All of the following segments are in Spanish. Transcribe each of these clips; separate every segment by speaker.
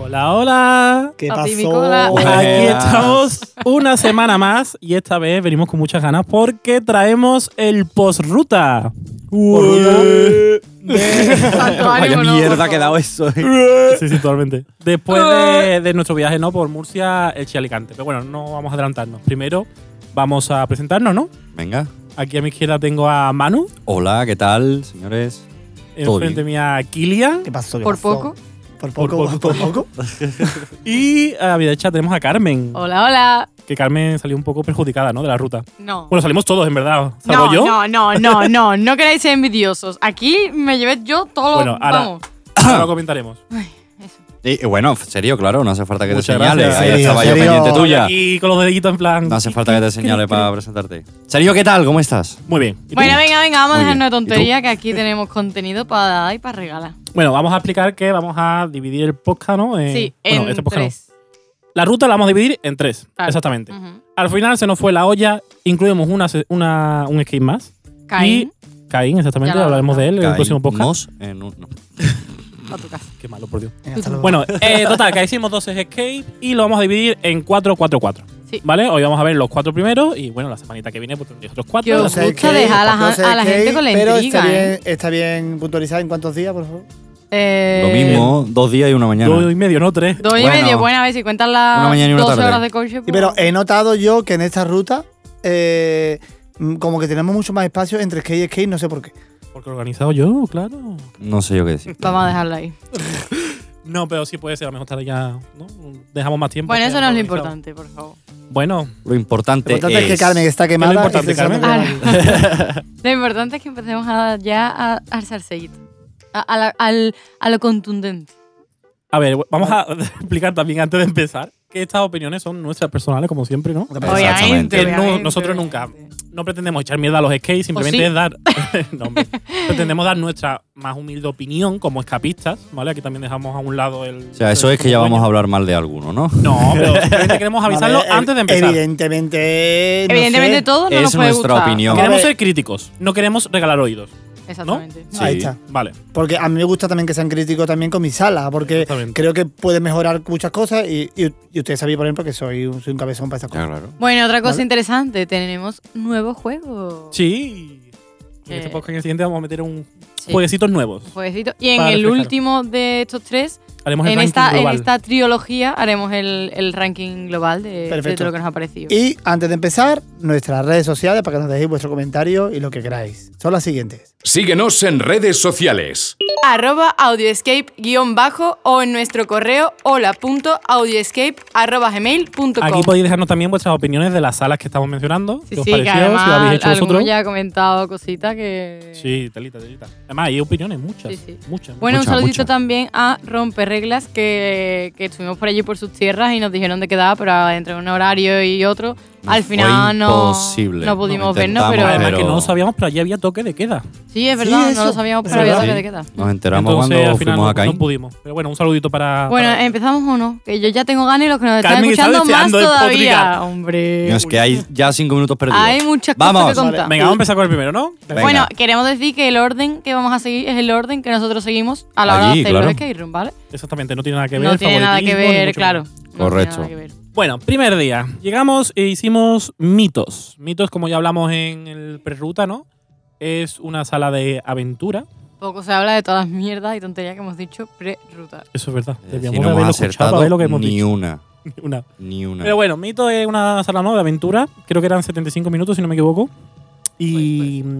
Speaker 1: Hola, hola.
Speaker 2: ¿Qué
Speaker 3: Papi, mi
Speaker 2: pasó?
Speaker 3: cola.
Speaker 1: Aquí estamos una semana más y esta vez venimos con muchas ganas porque traemos el post-ruta.
Speaker 3: Tanto
Speaker 4: Vaya
Speaker 3: ánimo, no,
Speaker 4: mierda
Speaker 3: por
Speaker 4: ha quedado
Speaker 3: favor.
Speaker 4: eso. eh.
Speaker 1: Sí, sí, totalmente. Después
Speaker 4: Ah.
Speaker 1: de, de nuestro viaje, ¿no? Por Murcia, Elche y Alicante. Pero bueno, no vamos a adelantarnos. Primero vamos a presentarnos, ¿no?
Speaker 4: Venga.
Speaker 1: Aquí a mi izquierda tengo a Manu,
Speaker 4: Hola, ¿qué tal, señores? Todo
Speaker 1: enfrente
Speaker 4: bien.
Speaker 1: mía a Kilian
Speaker 2: ¿Qué pasó? ¿Qué
Speaker 3: Por
Speaker 2: pasó?
Speaker 3: poco.
Speaker 2: Por poco,
Speaker 1: Por
Speaker 2: por
Speaker 1: poco.
Speaker 2: poco.
Speaker 1: y a mi derecha tenemos a Carmen.
Speaker 3: Hola, hola.
Speaker 1: Que Carmen salió un poco perjudicada, ¿no? De la ruta.
Speaker 3: No.
Speaker 1: Bueno, salimos todos, en verdad. Salvo
Speaker 3: No,
Speaker 1: yo.
Speaker 3: no, no, no, no, no queráis ser envidiosos. Aquí me llevé yo todo
Speaker 1: Bueno,
Speaker 3: lo
Speaker 1: ahora-
Speaker 3: vamos.
Speaker 1: Ahora lo comentaremos.
Speaker 3: Ay, eso.
Speaker 4: Y, y bueno, serio, claro, no hace falta que
Speaker 1: Muchas
Speaker 4: te señale.
Speaker 1: gracias.
Speaker 4: Ahí
Speaker 2: Serio,
Speaker 4: estaba
Speaker 2: serio.
Speaker 4: yo pendiente tuya.
Speaker 1: Y con los deditos en plan.
Speaker 4: No hace falta que te señale para presentarte. Serio, ¿qué tal? ¿Cómo estás?
Speaker 1: Muy bien. ¿Y tú?
Speaker 3: Bueno, venga, venga, vamos a
Speaker 4: Muy
Speaker 3: dejarnos de
Speaker 4: bien. ¿Y tú?
Speaker 3: tontería que aquí tenemos contenido para dar y para regalar.
Speaker 1: Bueno, vamos a explicar que vamos a dividir el podcast, ¿no? Eh,
Speaker 3: sí,
Speaker 1: bueno,
Speaker 3: en
Speaker 1: este podcast no.
Speaker 3: tres.
Speaker 1: La ruta la vamos a dividir en tres,
Speaker 3: Claro.
Speaker 1: exactamente.
Speaker 3: Ujú.
Speaker 1: Al final se nos fue la olla, incluimos una, se- una- un skate más.
Speaker 3: Caín,
Speaker 1: Y Caín, exactamente,
Speaker 3: Ya lo
Speaker 1: hablaremos de él en el
Speaker 4: Caín
Speaker 1: próximo podcast.
Speaker 4: Moss en un- no.
Speaker 3: a tu casa.
Speaker 1: Qué malo, por Dios.
Speaker 2: Venga, hasta luego.
Speaker 1: Bueno, eh, total, que hicimos 12 skate y lo vamos a dividir en 4, 4, 4.
Speaker 3: Sí.
Speaker 1: ¿Vale? Hoy vamos a ver los cuatro primeros y bueno, la semanita que viene pues tendréis otros
Speaker 3: Que
Speaker 1: cuatro.
Speaker 3: os
Speaker 2: No sé
Speaker 3: gusta
Speaker 2: qué,
Speaker 3: dejar a la
Speaker 2: no sé
Speaker 3: jan- a la
Speaker 2: qué,
Speaker 3: gente con la
Speaker 2: pero
Speaker 3: intriga,
Speaker 2: Está bien,
Speaker 3: ¿eh?
Speaker 2: está bien puntualizada en cuántos días, por favor.
Speaker 3: Eh,
Speaker 4: Lo mismo, dos días y una mañana.
Speaker 1: Dos y medio, no tres.
Speaker 3: Dos y
Speaker 4: Bueno.
Speaker 3: medio, bueno, a ver si cuentan las
Speaker 4: Una mañana y una
Speaker 3: 12
Speaker 4: tarde.
Speaker 3: horas de coche.
Speaker 2: Y
Speaker 3: pues-
Speaker 2: pero he notado yo que en esta ruta, eh, mm, como que tenemos mucho más espacio entre skate y skate, no sé por qué.
Speaker 1: Porque organizado yo, claro.
Speaker 4: No sé yo qué decir.
Speaker 3: Vamos a dejarla ahí.
Speaker 1: No, pero sí puede ser, a lo mejor estar ya. ¿no? Dejamos más tiempo.
Speaker 3: Bueno,
Speaker 1: que
Speaker 3: eso no es lo
Speaker 1: organizado.
Speaker 3: importante, por favor.
Speaker 1: Bueno,
Speaker 4: Lo importante,
Speaker 2: Lo importante es, que Carmen está quemada.
Speaker 1: lo importante,
Speaker 2: y se sabe
Speaker 1: Carmen?
Speaker 2: que va.
Speaker 3: Lo importante es que empecemos a, ya a al salseíto. A, a la- al- a lo contundente.
Speaker 1: a ver, vamos a explicar también antes de empezar que estas opiniones son nuestras personales, como siempre, ¿no?
Speaker 4: Exactamente.
Speaker 1: Que no- nosotros nunca no pretendemos echar mierda a los skates, simplemente
Speaker 3: sí.
Speaker 1: es dar. no, hombre. pretendemos dar nuestra más humilde opinión como escapistas, ¿vale? Aquí también dejamos a un lado el.
Speaker 4: O sea, eso es que ya vamos a hablar mal de alguno, ¿no?
Speaker 1: No, pero simplemente queremos avisarlo
Speaker 2: A ver,
Speaker 1: antes de empezar.
Speaker 2: Evidentemente. no
Speaker 3: Evidentemente
Speaker 2: sé.
Speaker 3: todo no
Speaker 4: es
Speaker 3: nos puede
Speaker 4: nuestra
Speaker 3: gustar.
Speaker 4: opinión.
Speaker 2: A
Speaker 1: Queremos
Speaker 2: ver.
Speaker 1: ser críticos, no queremos regalar oídos.
Speaker 3: Exactamente.
Speaker 4: Sí.
Speaker 2: Ahí está.
Speaker 1: Vale.
Speaker 2: Porque a mí me gusta también que sean críticos también con mi sala, porque
Speaker 1: Exactamente.
Speaker 2: creo que puede mejorar muchas cosas y, y- y ustedes sabían, por ejemplo, que soy un, soy un cabezón para esas
Speaker 4: Ya,
Speaker 2: cosas.
Speaker 4: claro.
Speaker 3: Bueno, otra cosa
Speaker 2: Vale.
Speaker 3: interesante, tenemos nuevo juego.
Speaker 1: Sí. En
Speaker 3: Eh.
Speaker 1: este podcast en el siguiente vamos a meter un
Speaker 3: Sí,
Speaker 1: jueguecitos nuevos.
Speaker 3: un jueguecito. Y en
Speaker 1: Para
Speaker 3: el
Speaker 1: refrescar.
Speaker 3: último de estos tres,
Speaker 1: Haremos el
Speaker 3: en
Speaker 1: ranking
Speaker 3: esta, en
Speaker 1: global.
Speaker 3: esta trilogía, haremos el, el ranking global de, de
Speaker 2: Perfecto.
Speaker 3: todo lo que nos ha parecido.
Speaker 2: Y antes de empezar, nuestras redes sociales para que nos dejéis vuestro comentario y lo que queráis. Son las siguientes.
Speaker 5: Síguenos en redes sociales.
Speaker 3: arroba audioescape guión bajo o en nuestro correo hola.audioescape arroba gmail punto com.
Speaker 1: Aquí podéis dejarnos también vuestras opiniones de las salas que estamos mencionando.
Speaker 3: Sí,
Speaker 1: ¿Qué os
Speaker 3: sí, que
Speaker 1: pareció?
Speaker 3: además
Speaker 1: si lo habéis hecho
Speaker 3: alguno
Speaker 1: vosotros.
Speaker 3: ya ha comentado cositas que...
Speaker 1: Sí, telita, telita. Además, hay opiniones, muchas.
Speaker 3: Sí, sí.
Speaker 1: Muchas.
Speaker 3: Bueno,
Speaker 4: Mucha,
Speaker 3: un saludito
Speaker 4: mucha.
Speaker 3: también a Romperreglas, que, que estuvimos por allí por sus tierras y nos dijeron de quedar, pero entre un horario y otro,
Speaker 4: Nos
Speaker 3: al
Speaker 4: fue
Speaker 3: final no,
Speaker 4: imposible.
Speaker 3: no pudimos
Speaker 4: Nos
Speaker 3: vernos,
Speaker 4: intentamos,
Speaker 3: pero...
Speaker 1: Además
Speaker 4: pero-
Speaker 1: que no lo sabíamos, pero allí había toque de queda.
Speaker 3: Sí, es
Speaker 2: Sí,
Speaker 3: verdad, no
Speaker 2: eso.
Speaker 3: lo sabíamos,
Speaker 2: Es
Speaker 3: pero había
Speaker 1: verdad.
Speaker 3: toque de queda.
Speaker 4: Nos enteramos
Speaker 1: Entonces,
Speaker 4: cuando
Speaker 1: al final
Speaker 4: fuimos
Speaker 1: no,
Speaker 4: a Caín.
Speaker 1: no pudimos. Pero bueno, un saludito para.
Speaker 3: Bueno, em-
Speaker 1: para-
Speaker 3: empezamos o no, que yo ya tengo ganas y los que nos están
Speaker 1: Carmen está
Speaker 3: escuchando más
Speaker 1: deseando despotricar.
Speaker 3: todavía. Hombre,
Speaker 4: No, es que hay ya cinco minutos perdidos.
Speaker 3: hay muchas cosas
Speaker 4: Vamos.
Speaker 3: que contar.
Speaker 1: Venga, vamos a empezar con el primero, ¿no?
Speaker 4: Venga.
Speaker 3: Bueno, queremos decir que el orden que vamos a seguir es el orden que nosotros seguimos a la hora
Speaker 4: Allí,
Speaker 3: de hacer los
Speaker 4: claro.
Speaker 3: skate room, ¿vale?
Speaker 1: Exactamente, no tiene nada que ver.
Speaker 3: No tiene nada que
Speaker 1: favoritismo, ni
Speaker 3: ver,
Speaker 1: mucho
Speaker 3: claro.
Speaker 1: menos.
Speaker 3: no tiene
Speaker 4: Correcto.
Speaker 3: nada que ver.
Speaker 1: Bueno, primer día. Llegamos e hicimos mitos. Mitos, como ya hablamos en el preruta, ¿no? Es una sala de aventura.
Speaker 3: Poco se habla de todas las mierdas y tonterías que hemos dicho pre-ruta.
Speaker 1: Eso es verdad.
Speaker 4: Es decir,
Speaker 1: Debíamos
Speaker 4: Eh, no
Speaker 1: de
Speaker 4: hemos
Speaker 1: haberlo escuchado,
Speaker 4: acertado
Speaker 1: a ver lo que hemos
Speaker 4: ni
Speaker 1: dicho.
Speaker 4: una.
Speaker 1: Ni una.
Speaker 4: Ni una.
Speaker 1: Pero bueno, Mito es una sala ¿no? de aventura. Creo que eran 75 minutos, si no me equivoco. Y,
Speaker 4: Pues,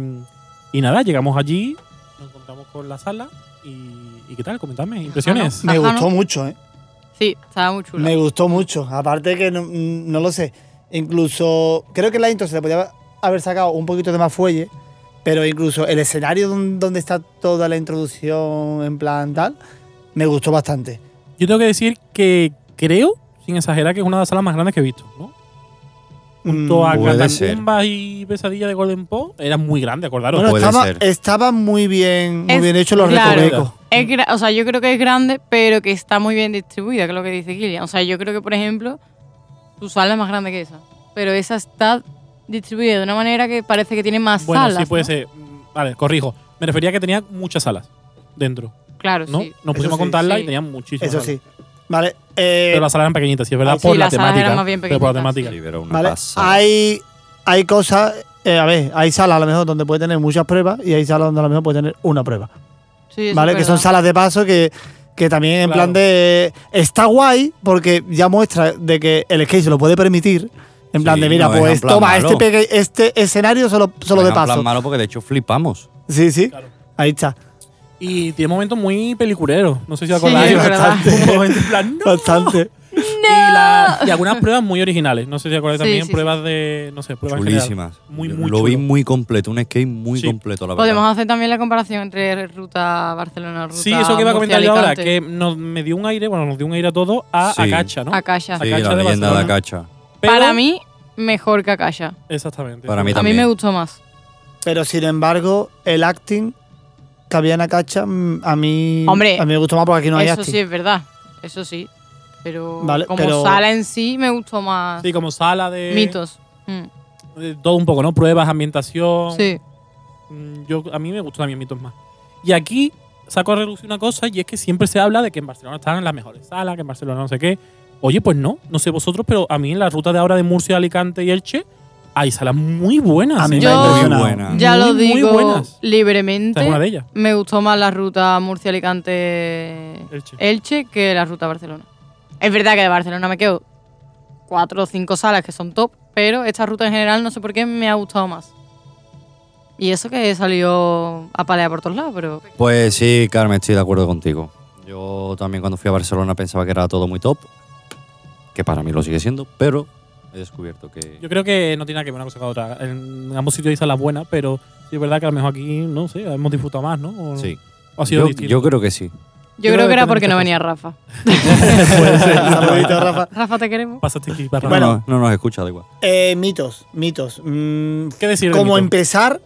Speaker 1: y nada, llegamos allí, nos encontramos con la sala. ¿Y, y qué tal? Comentadme, impresiones.
Speaker 2: Me
Speaker 3: Ajá,
Speaker 2: gustó
Speaker 3: ¿no?
Speaker 2: mucho, ¿eh?
Speaker 3: Sí, estaba muy chulo.
Speaker 2: Me gustó mucho. Aparte que no, mm, no lo sé. Incluso creo que la intro se le podía haber sacado un poquito de más fuelle, pero incluso el escenario don- donde está toda la introducción en plan tal, me gustó bastante.
Speaker 1: Yo tengo que decir que creo, sin exagerar, que es una de las salas más grandes que he visto, ¿no?
Speaker 2: Mm,
Speaker 1: Junto a
Speaker 4: puede
Speaker 1: Catacumbas y Pesadilla de Golden Poe, era muy grande, acordaros.
Speaker 2: Bueno,
Speaker 4: puede
Speaker 2: estaba,
Speaker 4: ser.
Speaker 2: estaba muy bien, muy
Speaker 3: Es-
Speaker 2: bien hecho los
Speaker 3: claro.
Speaker 2: recovecos.
Speaker 3: Es gra- o sea, yo creo que es grande, pero que está muy bien distribuida, que es lo que dice Kilian. O sea, yo creo que, por ejemplo, tu sala es más grande que esa. Pero esa está distribuida de una manera que parece que tiene más
Speaker 1: Bueno,
Speaker 3: salas.
Speaker 1: sí puede
Speaker 3: ¿no?
Speaker 1: ser. Mm, Vale, corrijo. Me refería a que tenía muchas salas dentro,
Speaker 3: Claro,
Speaker 1: ¿no?
Speaker 3: Pues sí.
Speaker 1: Nos pusimos
Speaker 2: Eso
Speaker 1: a
Speaker 2: sí,
Speaker 1: contarlas
Speaker 3: sí.
Speaker 1: y tenían muchísimas.
Speaker 2: Eso
Speaker 1: salas.
Speaker 2: sí. Vale. eh,
Speaker 1: Pero las salas eran pequeñitas, sí, es verdad,
Speaker 3: Sí,
Speaker 1: por la
Speaker 3: las salas eran
Speaker 1: temática.
Speaker 3: más bien
Speaker 1: pero por la
Speaker 3: pequeñitas.
Speaker 1: temática.
Speaker 4: Libera una
Speaker 2: ¿Vale?
Speaker 4: pasada.
Speaker 2: Hay, hay cosas, eh, a ver, hay salas a lo mejor donde puede tener muchas pruebas y hay salas donde a lo mejor puede tener una prueba.
Speaker 3: Sí, eso
Speaker 2: ¿Vale?
Speaker 3: es
Speaker 2: Que son
Speaker 3: verdad.
Speaker 2: salas de paso que, que también en
Speaker 1: Claro.
Speaker 2: plan de. Está guay porque ya muestra de que el skate se lo puede permitir. En
Speaker 4: Sí,
Speaker 2: plan de, mira,
Speaker 4: no es en
Speaker 2: pues
Speaker 4: plan
Speaker 2: toma
Speaker 4: malo.
Speaker 2: este, peque- este escenario solo, solo de
Speaker 4: Venga, en plan
Speaker 2: paso.
Speaker 4: malo porque de hecho flipamos.
Speaker 2: Sí, sí.
Speaker 1: Claro.
Speaker 2: Ahí está.
Speaker 1: Y tiene momentos muy peliculeros. No sé si os
Speaker 3: Sí,
Speaker 1: acordáis.
Speaker 3: es verdad.
Speaker 1: Un momento en plan, ¡no!
Speaker 2: Bastante.
Speaker 1: Y, la- y algunas pruebas muy originales. No sé si acordáis
Speaker 3: Sí,
Speaker 1: también
Speaker 3: sí,
Speaker 1: pruebas de. No sé, pruebas en general.
Speaker 4: Chulísimas.
Speaker 1: Muy,
Speaker 4: Yo
Speaker 1: muy
Speaker 4: Lo vi
Speaker 1: chulo.
Speaker 4: muy completo, un skate muy
Speaker 1: Sí.
Speaker 4: completo, la verdad.
Speaker 3: Podemos hacer también la comparación entre ruta Barcelona, ruta
Speaker 1: Sí, eso que iba a comentar yo
Speaker 3: Murcia,
Speaker 1: ahora,
Speaker 3: Alicante.
Speaker 1: que nos me dio un aire, bueno, nos dio un aire a todo a
Speaker 4: Sí.
Speaker 1: Acacha, ¿no?
Speaker 3: Acacha.
Speaker 4: Sí,
Speaker 1: Acacha
Speaker 4: la
Speaker 1: de
Speaker 4: leyenda de
Speaker 1: Barcelona.
Speaker 4: Acacha.
Speaker 1: Pero-
Speaker 3: Para mí, mejor que Akasha.
Speaker 1: Exactamente.
Speaker 4: Para mí
Speaker 3: A mí
Speaker 4: también.
Speaker 3: me gustó más.
Speaker 2: Pero sin embargo, el acting que había en Akacha, mm, a mí,
Speaker 3: Hombre,
Speaker 2: a mí me gustó más porque aquí no hay
Speaker 3: eso
Speaker 2: acting.
Speaker 3: sí es verdad. Eso sí. Pero
Speaker 2: Vale,
Speaker 3: como
Speaker 2: pero-
Speaker 3: sala en sí, me gustó más.
Speaker 1: Sí, como sala de.
Speaker 3: Mitos. Mm,
Speaker 1: de todo un poco, ¿no? Pruebas, ambientación.
Speaker 3: Sí.
Speaker 1: Mm, Yo, a mí me gustó también Mitos más. Y aquí saco a reducir una cosa y es que siempre se habla de que en Barcelona están las mejores salas, que en Barcelona no sé qué. Oye, pues no, no sé vosotros, pero a mí en la ruta de ahora de Murcia, Alicante y Elche hay salas muy buenas.
Speaker 2: A mí
Speaker 1: ¿eh?
Speaker 2: me
Speaker 3: Yo-
Speaker 2: ha impresionado.
Speaker 4: Muy buena.
Speaker 3: Ya
Speaker 1: Muy,
Speaker 3: lo
Speaker 1: muy
Speaker 3: digo
Speaker 1: buenas.
Speaker 3: libremente.
Speaker 1: Esta es una de ellas,
Speaker 3: Me gustó más la ruta Murcia-Alicante-Elche
Speaker 1: Elche.
Speaker 3: que la ruta Barcelona. Es verdad que de Barcelona me quedo cuatro o cinco salas que son top, pero esta ruta en general no sé por qué me ha gustado más. Y eso que salió a palear por todos lados, pero
Speaker 4: Pues sí, Carmen, estoy de acuerdo contigo. Yo también cuando fui a Barcelona pensaba que era todo muy top, que para mí lo sigue siendo, pero he descubierto que...
Speaker 1: Yo creo que no tiene nada que ver una cosa con otra. En ambos sitios hay salas buenas, pero sí es verdad que a lo mejor aquí, no sé, hemos disfrutado más, ¿no? O-
Speaker 4: sí.
Speaker 1: o ha sido
Speaker 4: yo,
Speaker 1: distinto.
Speaker 4: yo creo que sí.
Speaker 3: yo,
Speaker 1: Yo creo
Speaker 3: creo que
Speaker 1: que
Speaker 3: era
Speaker 1: tiene
Speaker 3: porque no
Speaker 1: muchas
Speaker 3: venía Rafa.
Speaker 2: Saludito, Rafa.
Speaker 3: Rafa, te queremos.
Speaker 1: Pásate aquí para
Speaker 2: Bueno.
Speaker 4: No, no nos escucha, da igual.
Speaker 2: Eh, mitos, mitos. Mm,
Speaker 1: ¿Qué decir? de
Speaker 2: como
Speaker 1: Mito?
Speaker 2: empezar,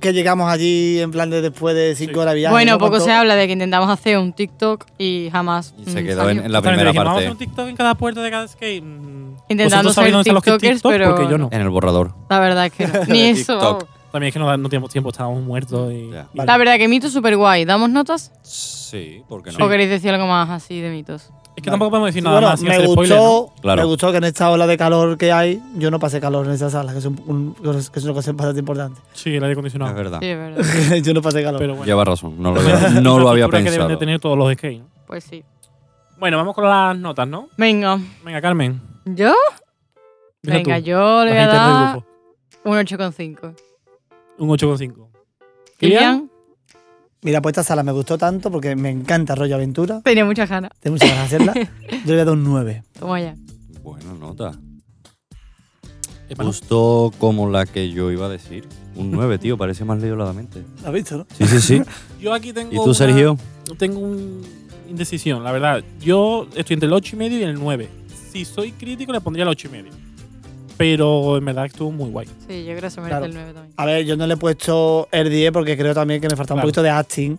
Speaker 2: que llegamos allí en plan de después de cinco
Speaker 1: Sí.
Speaker 2: horas de viaje.
Speaker 3: bueno,
Speaker 2: ¿no?
Speaker 3: poco
Speaker 2: Cuánto-
Speaker 3: se habla de que intentamos hacer un TikTok y jamás.
Speaker 4: Y
Speaker 3: mm,
Speaker 4: se quedó en,
Speaker 3: salió.
Speaker 4: en la
Speaker 1: Exactamente,
Speaker 4: primera
Speaker 1: dijimos, Vamos a hacer
Speaker 4: parte,
Speaker 1: un TikTok en cada puerta de cada skate. Mm,
Speaker 3: Intentando
Speaker 1: vosotros sabéis
Speaker 3: ser
Speaker 1: dónde están los que
Speaker 3: tiktokers,
Speaker 1: TikTok,
Speaker 3: pero
Speaker 1: porque yo no.
Speaker 4: en el borrador.
Speaker 3: La verdad es que no. Ni eso.
Speaker 4: TikTok.
Speaker 3: vamos.
Speaker 1: También es que no, da- no teníamos tiempo, estábamos muertos. Y,
Speaker 4: Ya.
Speaker 1: y-
Speaker 3: La verdad que mito súper guay. ¿Damos notas?
Speaker 4: Sí, porque
Speaker 1: no?
Speaker 3: ¿O queréis decir algo más así de mitos?
Speaker 1: Es que tampoco podemos decir nada
Speaker 2: Bueno,
Speaker 1: más. sin
Speaker 2: me
Speaker 1: hacer
Speaker 2: gustó,
Speaker 1: spoiler, ¿no?
Speaker 4: Claro.
Speaker 2: me gustó que en esta ola de calor que hay, yo no pasé calor en esa sala, que es, un- un- que es una cosa bastante importante.
Speaker 1: Sí, el aire
Speaker 4: Es
Speaker 1: acondicionado.
Speaker 4: verdad.
Speaker 3: Sí, es verdad.
Speaker 2: yo no pasé calor.
Speaker 1: Pero bueno.
Speaker 4: Lleva razón, no lo había, no lo había
Speaker 1: Infraestructura que deben
Speaker 4: pensado.
Speaker 1: de tener todos los skates. ¿no?
Speaker 3: Pues sí.
Speaker 1: Bueno, vamos con las notas, ¿no?
Speaker 3: Venga.
Speaker 1: Venga, Carmen.
Speaker 3: ¿Yo?
Speaker 1: empieza
Speaker 3: Venga,
Speaker 1: tú,
Speaker 3: yo
Speaker 1: la
Speaker 3: le voy a
Speaker 1: hater del
Speaker 3: dar
Speaker 1: grupo.
Speaker 3: un 8,5.
Speaker 1: Un 8,5.
Speaker 3: Kilian,
Speaker 2: Mira, pues esta sala me gustó tanto porque me encanta rollo aventura.
Speaker 3: tenía muchas ganas.
Speaker 2: Tengo muchas ganas de hacerla. Yo le voy a dar un 9.
Speaker 3: Toma ya.
Speaker 4: Bueno, nota.
Speaker 1: Epa, ¿no?
Speaker 4: Justo como la que yo iba a decir. Un 9, tío, parece más leyoladamente.
Speaker 2: ¿Has visto, no?
Speaker 4: Sí, sí, sí.
Speaker 1: Yo aquí tengo.
Speaker 4: ¿Y tú,
Speaker 1: una-
Speaker 4: Sergio?
Speaker 1: Tengo una indecisión, la verdad. Yo estoy entre el 8 y medio y el 9. Si soy crítico, le pondría el 8 y medio. Pero en verdad estuvo muy guay.
Speaker 3: Sí, yo creo que se merece
Speaker 2: Claro.
Speaker 3: el 9 también.
Speaker 2: A ver, yo no le he puesto el 10 porque creo también que me falta un
Speaker 1: Claro.
Speaker 2: poquito de acting.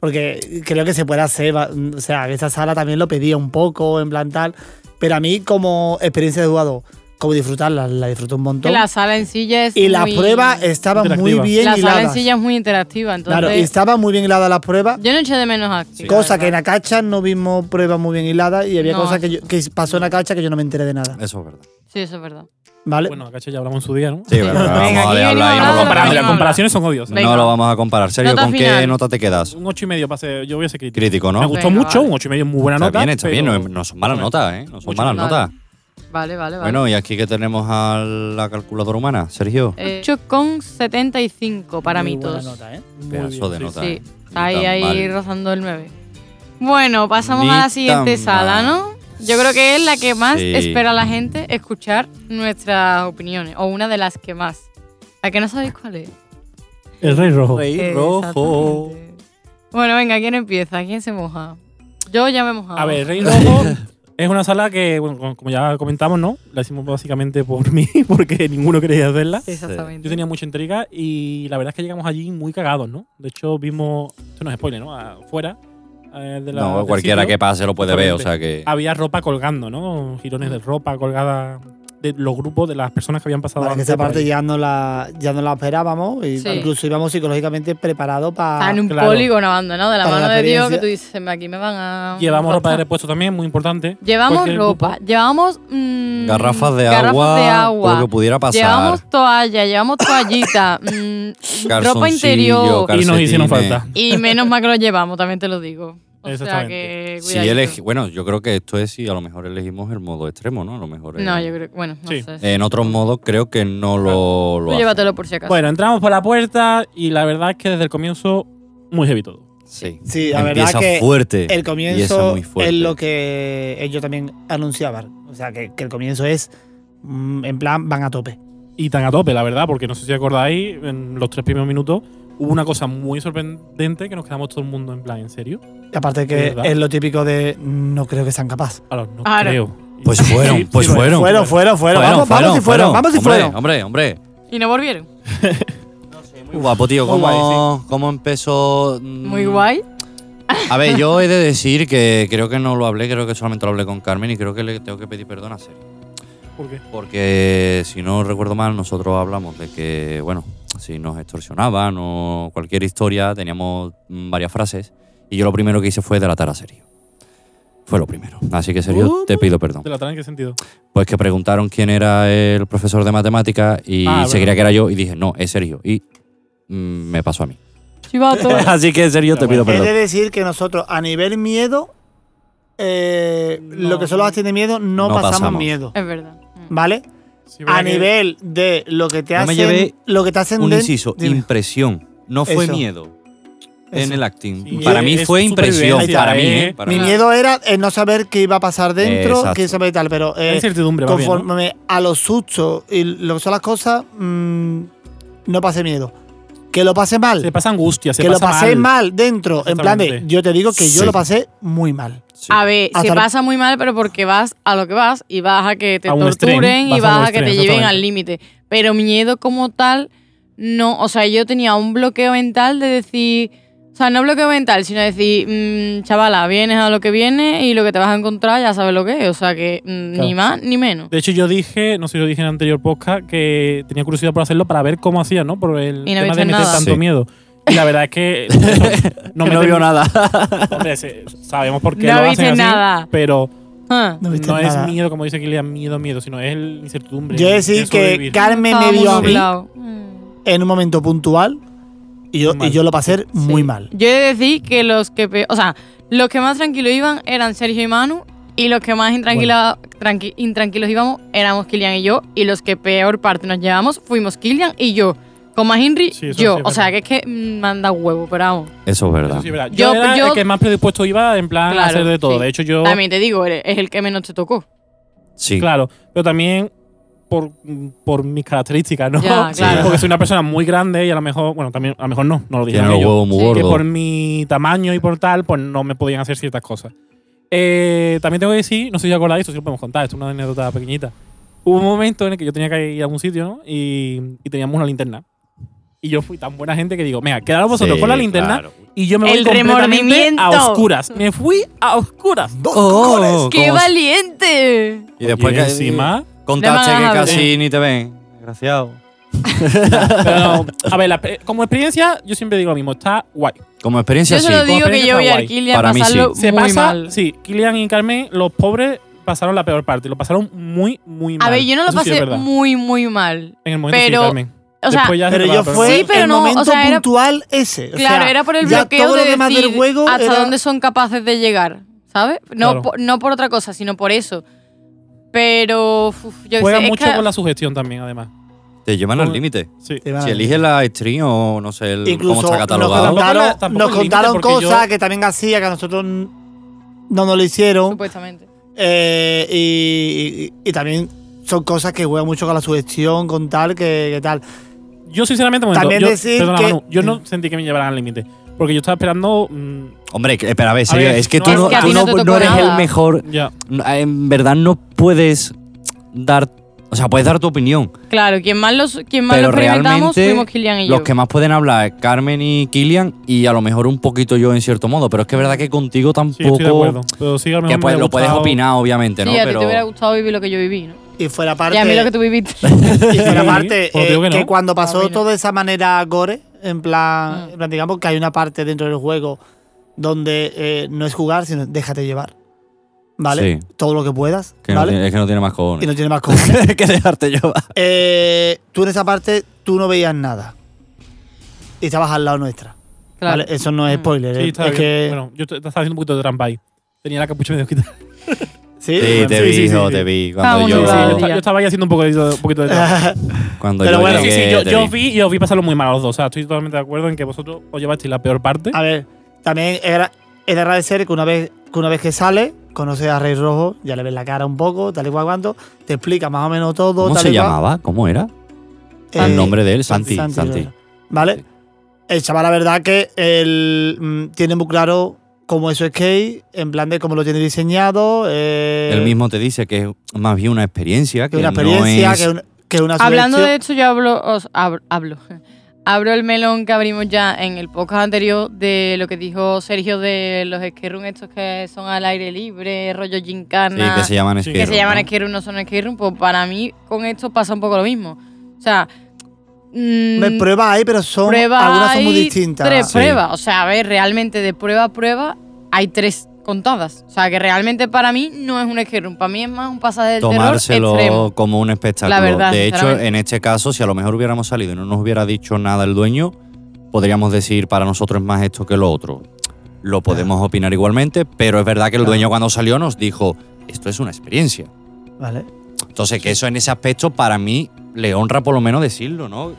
Speaker 2: Porque creo que se puede hacer. va- O sea, que esa sala también lo pedía un poco, en plan tal. Pero a mí, como experiencia de jugador, como disfrutarla, la disfruté un
Speaker 3: Que
Speaker 2: montón.
Speaker 3: la sala en sí ya es
Speaker 2: y las
Speaker 3: muy-
Speaker 2: pruebas estaban muy
Speaker 1: Interactiva.
Speaker 2: bien
Speaker 3: La sala en
Speaker 2: hiladas.
Speaker 3: sí ya es muy interactiva, entonces...
Speaker 2: claro, y estaban muy bien hiladas las pruebas.
Speaker 3: Yo no eché de menos acting.
Speaker 2: Cosa que en
Speaker 3: la verdad.
Speaker 2: Acacha no vimos pruebas muy bien hiladas y había
Speaker 3: No.
Speaker 2: cosas que, yo- que pasó en Acacha que yo no me enteré de nada.
Speaker 4: Eso es verdad.
Speaker 3: Sí, eso es verdad.
Speaker 2: ¿Vale?
Speaker 1: Bueno, Cacho ya hablamos en su día, ¿no?
Speaker 4: Sí, verdad.
Speaker 3: Venga,
Speaker 4: Vamos a
Speaker 3: aquí
Speaker 4: de hablar y
Speaker 3: venimos
Speaker 4: no
Speaker 3: a
Speaker 4: lo
Speaker 3: hablar de
Speaker 1: Comparable,
Speaker 3: venga,
Speaker 1: las
Speaker 4: comparamos.
Speaker 3: habla.
Speaker 1: comparaciones son odiosas.
Speaker 3: Venga.
Speaker 4: No lo vamos a comparar. Sergio,
Speaker 3: Nota
Speaker 4: ¿con qué
Speaker 3: final.
Speaker 4: nota te quedas?
Speaker 1: Un 8 y medio, pase, yo voy a ser crítico.
Speaker 4: Crítico, ¿no?
Speaker 1: Me gustó
Speaker 3: Venga,
Speaker 1: mucho,
Speaker 3: vale.
Speaker 1: un 8 y medio es muy buena
Speaker 4: Está
Speaker 1: nota.
Speaker 4: bien, está bien.
Speaker 1: pero-
Speaker 4: No, no son malas
Speaker 1: Bueno,
Speaker 4: notas, ¿eh? No son
Speaker 1: Mucho
Speaker 4: malas
Speaker 3: Vale.
Speaker 4: notas.
Speaker 3: Vale, vale, vale.
Speaker 4: Bueno, y aquí que tenemos a la calculadora humana, Sergio.
Speaker 3: Eh, 8,75 para
Speaker 2: Muy
Speaker 3: mí
Speaker 2: buena
Speaker 3: todos.
Speaker 2: nota, ¿eh?
Speaker 1: muy
Speaker 4: Pedazo
Speaker 1: bien,
Speaker 4: de
Speaker 1: sí,
Speaker 4: nota.
Speaker 3: Sí,
Speaker 4: ¿eh?
Speaker 3: está ahí,
Speaker 4: Ni tan
Speaker 3: ahí
Speaker 4: mal.
Speaker 3: rozando el 9. Bueno, pasamos
Speaker 4: Ni
Speaker 3: a la siguiente
Speaker 4: tan
Speaker 3: sala,
Speaker 4: mal.
Speaker 3: ¿no? Yo creo que es la que más
Speaker 4: Sí.
Speaker 3: espera la gente escuchar nuestras opiniones, o una de las que más. ¿A que no sabéis cuál es?
Speaker 1: sí. El rey rojo.
Speaker 4: Rey rojo.
Speaker 3: Exactamente. Bueno, venga, ¿quién empieza? ¿Quién se moja? Yo ya me he mojado.
Speaker 1: A ver, el rey rojo Es una sala que, bueno, como- como ya comentamos, ¿no? La hicimos básicamente por mí, porque ninguno quería hacerla.
Speaker 3: Exactamente.
Speaker 1: Yo tenía mucha intriga y la verdad es que llegamos allí muy cagados, ¿no? De hecho, vimos. Esto no es spoiler, ¿no? Afuera. eh, de la-
Speaker 4: No,
Speaker 1: del
Speaker 4: cualquiera
Speaker 1: sitio,
Speaker 4: que pase lo puede ver, o sea que.
Speaker 1: Había ropa colgando, ¿no? Girones de ropa colgada de los grupos de las personas que habían pasado
Speaker 2: Vale, que
Speaker 1: antes
Speaker 2: esa
Speaker 1: por
Speaker 2: parte
Speaker 1: ahí.
Speaker 2: ya no la, ya no la esperábamos. Y
Speaker 3: Sí.
Speaker 2: Incluso íbamos psicológicamente preparados
Speaker 3: Está
Speaker 2: para.
Speaker 3: en un
Speaker 1: claro.
Speaker 3: polígono abandonado de la
Speaker 2: Para
Speaker 3: mano
Speaker 2: la
Speaker 3: de Dios que
Speaker 2: experiencia.
Speaker 3: tú dices, aquí me van a.
Speaker 1: Llevamos ropa de
Speaker 3: raptar".
Speaker 1: repuesto también, muy importante.
Speaker 3: Llevamos
Speaker 1: Cualquier
Speaker 3: ropa,
Speaker 1: grupo.
Speaker 3: llevamos. mm,
Speaker 4: Garrafas de
Speaker 3: garrafas
Speaker 4: agua,
Speaker 3: de agua,
Speaker 4: lo que pudiera pasar.
Speaker 3: Llevamos toalla, llevamos toallita, mm, ropa
Speaker 4: Calzoncillo,
Speaker 3: interior.
Speaker 4: cal-
Speaker 1: Y nos hicieron
Speaker 4: calcetines.
Speaker 1: falta.
Speaker 3: Y menos mal que lo llevamos, también te lo digo. O sea
Speaker 1: Exactamente.
Speaker 3: que.
Speaker 4: Si
Speaker 3: cuidadito.
Speaker 4: elegi- bueno, yo creo que esto es si a lo mejor elegimos el modo extremo, ¿no? A lo mejor. eh,
Speaker 3: No, yo creo. Bueno, no
Speaker 1: Sí.
Speaker 3: sé.
Speaker 4: En otros modos creo que Eh, no lo. lo
Speaker 3: Tú
Speaker 4: hacen.
Speaker 3: llévatelo por si acaso.
Speaker 1: Bueno, entramos por la puerta y la verdad es que desde el comienzo, muy heavy todo.
Speaker 4: Sí.
Speaker 2: Sí, la verdad
Speaker 4: Empieza
Speaker 2: que
Speaker 4: fuerte.
Speaker 2: El
Speaker 4: Empieza
Speaker 2: comienzo
Speaker 4: muy fuerte.
Speaker 2: es lo que ellos también anunciaban. O sea, que, que el comienzo es. mm, En plan, van a tope.
Speaker 1: y tan a tope, la verdad, porque no sé si acordáis, en los tres primeros minutos hubo una cosa muy sorprendente que nos quedamos todo el mundo en plan, ¿en serio?
Speaker 2: Y aparte, que
Speaker 1: ¿Verdad?
Speaker 2: es lo típico de. No creo que sean capaces.
Speaker 1: Ahora, Ah, no
Speaker 2: Ah,
Speaker 3: Ahora.
Speaker 1: creo.
Speaker 4: Pues fueron, pues
Speaker 1: lo es.
Speaker 4: fueron.
Speaker 2: Fueron, fueron, fueron. Vamos, vamos si fueron, vamos si
Speaker 4: hombre,
Speaker 2: fueron.
Speaker 4: Hombre, hombre.
Speaker 3: Y no volvieron.
Speaker 4: Muy guapo, tío.
Speaker 1: Muy
Speaker 4: ¿Cómo,
Speaker 1: guay,
Speaker 4: cómo empezó? mm,
Speaker 3: Muy guay.
Speaker 4: A ver, yo he de decir que creo que no lo hablé, creo que solamente lo hablé con Carmen y creo que le tengo que pedir perdón a Sergio.
Speaker 1: ¿Por qué?
Speaker 4: Porque si no recuerdo mal, nosotros hablamos de que, bueno, si nos extorsionaban o cualquier historia, teníamos mm, varias frases. Y yo lo primero que hice fue delatar a Sergio. Fue lo primero. Así que, Sergio, te pido perdón.
Speaker 1: ¿Te la traen en qué sentido?
Speaker 4: Pues que preguntaron quién era el profesor de matemáticas y
Speaker 1: Ah,
Speaker 4: se
Speaker 1: verdad.
Speaker 4: creía que era yo y dije, no, es Sergio. Y mm, me pasó a mí.
Speaker 3: Chivato.
Speaker 4: Así que, Sergio, te pido
Speaker 2: Es
Speaker 4: perdón.
Speaker 2: de decir que nosotros, a nivel miedo, eh,
Speaker 1: No.
Speaker 2: lo que son los actos de miedo,
Speaker 4: No
Speaker 2: no, pasamos,
Speaker 4: pasamos.
Speaker 2: miedo.
Speaker 3: es verdad. Mm.
Speaker 2: ¿Vale?
Speaker 1: Sí, ¿verdad
Speaker 2: A
Speaker 1: que-
Speaker 2: nivel de lo que te
Speaker 4: No me
Speaker 2: hacen.
Speaker 4: llevé
Speaker 2: lo que te hacen
Speaker 4: Un
Speaker 2: den-
Speaker 4: inciso,
Speaker 2: Dime.
Speaker 4: impresión. No fue
Speaker 2: Eso.
Speaker 4: miedo en
Speaker 2: Eso.
Speaker 4: el acting.
Speaker 1: Sí,
Speaker 4: para
Speaker 1: es-
Speaker 4: mí
Speaker 1: es
Speaker 4: fue impresión.
Speaker 1: supervivencia,
Speaker 4: Para mí,
Speaker 1: ¿eh?
Speaker 4: ¿eh? Para
Speaker 2: Mi
Speaker 4: mí.
Speaker 2: miedo era el no saber qué iba a pasar dentro,
Speaker 4: Exacto.
Speaker 2: qué saber y tal, pero
Speaker 1: La
Speaker 2: eh,
Speaker 1: incertidumbre, más bien, ¿no?
Speaker 2: conforme a los sustos y lo que son las cosas, mm, no pasé miedo. Que lo pasé mal,
Speaker 1: Se pasa angustia, se
Speaker 2: que lo
Speaker 1: pasa
Speaker 2: pasé mal,
Speaker 1: mal.
Speaker 2: dentro, en plan de,
Speaker 1: Exactamente.
Speaker 2: yo te digo que yo
Speaker 4: Sí.
Speaker 2: lo pasé muy mal.
Speaker 4: Sí.
Speaker 3: A ver, se
Speaker 2: Hasta-
Speaker 3: pasa muy mal, pero porque vas a lo que vas y vas a que te
Speaker 1: A un
Speaker 3: torturen
Speaker 1: extremo,
Speaker 3: y
Speaker 1: vas a un
Speaker 3: vas a que te
Speaker 1: extremo,
Speaker 3: lleven
Speaker 1: exactamente.
Speaker 3: al límite. Pero miedo como tal, no. O sea, yo tenía un bloqueo mental de decir. O sea, no bloqueo mental, sino decir, mm, chavala, vienes a lo que viene y lo que te vas a encontrar ya sabes lo que es. O sea, que mm,
Speaker 1: Claro.
Speaker 3: ni más ni menos.
Speaker 1: De hecho, yo dije, no sé si lo dije en el anterior podcast, que tenía curiosidad por hacerlo para ver cómo hacía, ¿no? Por el
Speaker 3: Y no
Speaker 1: tema
Speaker 3: viste
Speaker 1: de meter
Speaker 3: nada.
Speaker 1: tanto
Speaker 4: Sí.
Speaker 1: miedo. Y la verdad es que eso, no,
Speaker 4: no
Speaker 1: meten-
Speaker 4: vio nada.
Speaker 1: Hombre, se- sabemos por qué
Speaker 3: No
Speaker 1: lo hacen
Speaker 3: viste
Speaker 1: así,
Speaker 3: nada.
Speaker 1: pero
Speaker 3: Ah.
Speaker 2: No, viste
Speaker 1: no
Speaker 2: nada.
Speaker 1: es miedo, como dice Kilian, miedo, miedo, sino es el incertidumbre.
Speaker 2: Yo
Speaker 1: el- el
Speaker 2: decir que
Speaker 1: sobrevivir.
Speaker 2: Carmen me
Speaker 3: Estaba muy
Speaker 2: vio a mí
Speaker 3: nublado. Mm.
Speaker 2: en un momento puntual y yo,
Speaker 1: Mal.
Speaker 2: y yo lo pasé muy
Speaker 3: Sí.
Speaker 2: mal.
Speaker 3: Yo he de decir que los que, pe- o sea, los que más tranquilos iban eran Sergio y Manu y los que más intranquila- tranqui- intranquilos íbamos éramos Kilian y yo y los que peor parte nos llevamos fuimos Kilian y yo. Con más Henry,
Speaker 1: Sí, eso
Speaker 3: yo.
Speaker 1: sí es
Speaker 3: o sea, que
Speaker 1: verdad.
Speaker 3: es que mm, manda huevo, pero vamos.
Speaker 4: Eso es
Speaker 1: Eso
Speaker 4: verdad.
Speaker 1: sí, es verdad. Yo,
Speaker 3: Yo-
Speaker 1: era el
Speaker 3: yo-
Speaker 1: que más predispuesto iba en plan a
Speaker 3: Claro,
Speaker 1: hacer de todo.
Speaker 3: sí.
Speaker 1: De hecho, yo.
Speaker 3: También te digo, eres- es el que menos te tocó.
Speaker 4: Sí.
Speaker 1: Claro, pero también por, mm, por mis características, ¿no?
Speaker 3: Ya,
Speaker 1: Sí.
Speaker 4: claro.
Speaker 1: Porque soy una persona muy grande y a lo mejor, bueno, también a lo mejor no, no lo dije.
Speaker 4: Tiene los huevos muy
Speaker 3: Sí.
Speaker 1: que por
Speaker 4: gordos.
Speaker 1: mi tamaño y por tal, pues no me podían hacer ciertas cosas. Eh, también tengo que decir, no sé si os acordáis, esto sí lo podemos contar, esto es una anécdota pequeñita. Hubo un momento en el que yo tenía que ir a algún sitio ¿no? y, y teníamos una linterna. Y yo fui tan buena gente que digo, mira, quedaros vosotros
Speaker 4: Sí,
Speaker 1: con la linterna
Speaker 4: claro.
Speaker 1: y yo me voy
Speaker 3: El
Speaker 1: completamente a
Speaker 3: remordimiento.
Speaker 1: oscuras. Me fui a oscuras.
Speaker 4: Oh,
Speaker 3: ¡Qué
Speaker 4: ¿cómo-
Speaker 3: valiente!
Speaker 4: Y después
Speaker 1: Oye,
Speaker 4: que
Speaker 1: encima.
Speaker 4: contaste
Speaker 3: Le
Speaker 4: que
Speaker 3: van a
Speaker 4: casi
Speaker 3: ver.
Speaker 4: ni te ven. Desgraciado.
Speaker 1: Pero no, a ver, la pe- como experiencia, yo siempre digo lo mismo, está guay.
Speaker 4: Como experiencia,
Speaker 3: Yo
Speaker 4: sí.
Speaker 3: se lo digo que
Speaker 1: experiencia
Speaker 3: yo vi
Speaker 1: está
Speaker 3: a
Speaker 1: guay.
Speaker 3: Kilian
Speaker 4: Para mí
Speaker 3: pasarlo
Speaker 4: sí.
Speaker 1: Se
Speaker 3: muy
Speaker 1: pasa,
Speaker 3: mal.
Speaker 1: sí, Kilian y Carmen, los pobres pasaron la peor parte, lo pasaron muy, muy mal.
Speaker 3: A ver, yo no lo
Speaker 1: Eso sí es
Speaker 3: pasé
Speaker 1: verdad.
Speaker 3: muy, muy mal.
Speaker 1: En el momento
Speaker 3: pero-
Speaker 1: sí, Carmen.
Speaker 3: O sea,
Speaker 1: Después ya se
Speaker 2: Pero
Speaker 1: te va
Speaker 2: yo
Speaker 1: la peor
Speaker 2: fue
Speaker 3: Sí, pero
Speaker 2: el
Speaker 3: no, o
Speaker 2: momento
Speaker 3: sea, era-
Speaker 2: puntual ese. O
Speaker 3: Claro,
Speaker 2: sea,
Speaker 3: era por el
Speaker 2: ya
Speaker 3: bloqueo
Speaker 2: todo
Speaker 3: de
Speaker 2: lo demás
Speaker 3: decir
Speaker 2: del juego
Speaker 3: hasta
Speaker 2: era-
Speaker 3: dónde son capaces de llegar, ¿sabes? No,
Speaker 1: Claro.
Speaker 3: por, no por otra cosa, sino por eso. Pero uf, yo qué
Speaker 1: Juega
Speaker 3: sé, es
Speaker 1: mucho
Speaker 3: que-
Speaker 1: con la sugestión también, además.
Speaker 4: Te llevan al
Speaker 1: Como-
Speaker 4: límite.
Speaker 1: Sí.
Speaker 2: Te van
Speaker 4: Si
Speaker 2: a-
Speaker 4: eliges la stream o no sé el- cómo
Speaker 2: Incluso
Speaker 4: está
Speaker 2: nos
Speaker 4: catalogado.
Speaker 1: Tampoco
Speaker 2: contaron,
Speaker 1: la- tampoco
Speaker 2: nos
Speaker 1: el límite,
Speaker 2: contaron
Speaker 1: porque yo-
Speaker 2: cosas que también hacía que a nosotros n- no nos lo hicieron.
Speaker 3: Supuestamente.
Speaker 2: eh, y, y- y también son cosas que juegan mucho con la sugestión, con tal, que, que tal.
Speaker 1: Yo, sinceramente, un momento,
Speaker 2: También
Speaker 1: yo,
Speaker 2: decir
Speaker 1: perdona,
Speaker 2: que-
Speaker 1: Manu, yo no sentí que me llevaran al límite. Porque yo estaba esperando. mm,
Speaker 4: Hombre, que- espera, a ver,
Speaker 1: A
Speaker 4: serio,
Speaker 1: ver,
Speaker 4: es que
Speaker 1: no
Speaker 4: tú
Speaker 1: es
Speaker 4: no,
Speaker 1: que a
Speaker 4: tú
Speaker 1: ti
Speaker 3: no
Speaker 4: no-
Speaker 3: te tocó
Speaker 4: no eres
Speaker 3: nada.
Speaker 4: el mejor.
Speaker 1: ya.
Speaker 4: No, En verdad no puedes dar. O sea, puedes dar tu opinión.
Speaker 3: Claro, quien más, los, quien más lo
Speaker 4: pero
Speaker 3: experimentamos
Speaker 4: realmente
Speaker 3: fuimos Kilian y yo.
Speaker 4: los que más pueden hablar es Carmen y Kilian y a lo mejor un poquito yo en cierto modo. Pero es que es verdad que contigo
Speaker 1: Sí, estoy de acuerdo.
Speaker 4: tampoco.
Speaker 1: Pero sí, a mí
Speaker 4: que
Speaker 1: me
Speaker 4: pues,
Speaker 1: ha
Speaker 4: lo puedes
Speaker 1: gustado.
Speaker 4: opinar, obviamente, ¿no?
Speaker 3: sí, a ti
Speaker 4: pero
Speaker 3: te hubiera gustado vivir lo que yo viví, ¿no?
Speaker 2: Y fuera parte.
Speaker 3: Y a mí lo que tú viviste.
Speaker 2: Y fuera
Speaker 1: Sí,
Speaker 2: parte,
Speaker 1: pues
Speaker 2: eh,
Speaker 1: digo que
Speaker 2: que,
Speaker 1: no.
Speaker 2: cuando pasó
Speaker 3: Ah, mira.
Speaker 2: todo de esa manera gore, en plan,
Speaker 3: Mm.
Speaker 2: en plan, digamos que hay una parte dentro del juego donde eh, no es jugar, sino déjate llevar. ¿Vale?
Speaker 4: Sí.
Speaker 2: Todo lo que puedas.
Speaker 4: que no
Speaker 2: ¿Vale?
Speaker 4: tiene- es que no tiene más cojones.
Speaker 2: y no tiene más cosas.
Speaker 4: que dejarte llevar.
Speaker 2: Eh, tú en esa parte, tú no veías nada. Y estabas al lado nuestra.
Speaker 3: Claro.
Speaker 2: ¿Vale? Eso no es
Speaker 3: Mm.
Speaker 2: spoiler.
Speaker 1: Sí,
Speaker 2: eh.
Speaker 1: estaba
Speaker 2: es
Speaker 1: bien.
Speaker 2: que.
Speaker 1: Bueno, yo te- te estaba haciendo un poquito de trampa ahí. Tenía la capucha medio quitada.
Speaker 4: Sí,
Speaker 2: sí, bueno,
Speaker 4: te
Speaker 2: sí,
Speaker 4: vi,
Speaker 2: sí, sí,
Speaker 4: hijo,
Speaker 2: sí.
Speaker 4: te vi.
Speaker 3: Estaba
Speaker 4: Cuando
Speaker 3: muy
Speaker 1: Sí,
Speaker 4: yo,
Speaker 1: sí,
Speaker 3: nublado
Speaker 1: yo,
Speaker 3: el
Speaker 1: esta-
Speaker 3: día.
Speaker 1: yo estaba ahí haciendo un poco de, un poquito de trampa.
Speaker 4: cuando
Speaker 2: Pero
Speaker 4: yo
Speaker 2: bueno,
Speaker 1: Sí,
Speaker 4: llegué,
Speaker 1: sí, yo,
Speaker 4: te vi.
Speaker 1: yo vi y os vi pasarlo muy mal a los dos. O sea, estoy totalmente de acuerdo en que vosotros os llevasteis la peor parte.
Speaker 4: Ah.
Speaker 2: A ver, también era, es de agradecer que una vez que una vez que sale, conoces a Rey Rojo, ya le ves la cara un poco, tal y cual cuanto, te explica más o menos todo.
Speaker 4: ¿Cómo
Speaker 2: tal
Speaker 4: se
Speaker 2: y cual.
Speaker 4: llamaba? ¿Cómo era?
Speaker 2: Eh,
Speaker 4: el nombre de él, Santi. Santi.
Speaker 2: Herrera, ¿Vale?
Speaker 4: Sí.
Speaker 2: El chaval, la verdad que él mm, tiene muy claro cómo eso es skate, en plan de cómo lo tiene diseñado. eh,
Speaker 4: Él mismo te dice que es más bien una experiencia,
Speaker 2: Que
Speaker 4: que
Speaker 2: una
Speaker 4: no
Speaker 2: experiencia,
Speaker 4: es-
Speaker 2: que, un- que una
Speaker 3: Hablando de
Speaker 2: subvención.
Speaker 3: esto, yo hablo, os abro, hablo. Abro el melón que abrimos ya en el podcast anterior de lo que dijo Sergio de los esquerrum estos que son al aire libre, rollo
Speaker 4: Sí,
Speaker 3: gincana,
Speaker 4: que se llaman
Speaker 1: Sí.
Speaker 3: que
Speaker 4: skater,
Speaker 3: se llaman
Speaker 4: ¿no?
Speaker 3: esquerrum, no son esquerrum, pues para mí con esto pasa un poco lo mismo. O sea, mm,
Speaker 2: Me prueba ahí, pero son
Speaker 3: pruebas
Speaker 2: algunas son muy
Speaker 3: hay
Speaker 2: distintas.
Speaker 3: Tres
Speaker 4: Sí.
Speaker 3: pruebas. O sea, a ver, realmente de prueba a prueba hay tres contadas. O sea, que realmente para mí no es un esquerrum. Para mí es más un pasaje del
Speaker 4: tomárselo
Speaker 3: terror extremo.
Speaker 4: como un espectáculo.
Speaker 3: La verdad,
Speaker 4: de hecho,
Speaker 3: sinceramente.
Speaker 4: en este caso, si a lo mejor hubiéramos salido y no nos hubiera dicho nada el dueño, podríamos decir para nosotros es más esto que lo otro. Lo podemos opinar igualmente, pero es verdad que el
Speaker 2: Claro.
Speaker 4: dueño cuando salió nos dijo, esto es una experiencia.
Speaker 2: ¿Vale?
Speaker 4: Entonces, que eso en ese aspecto para mí le honra por lo menos decirlo, ¿no? no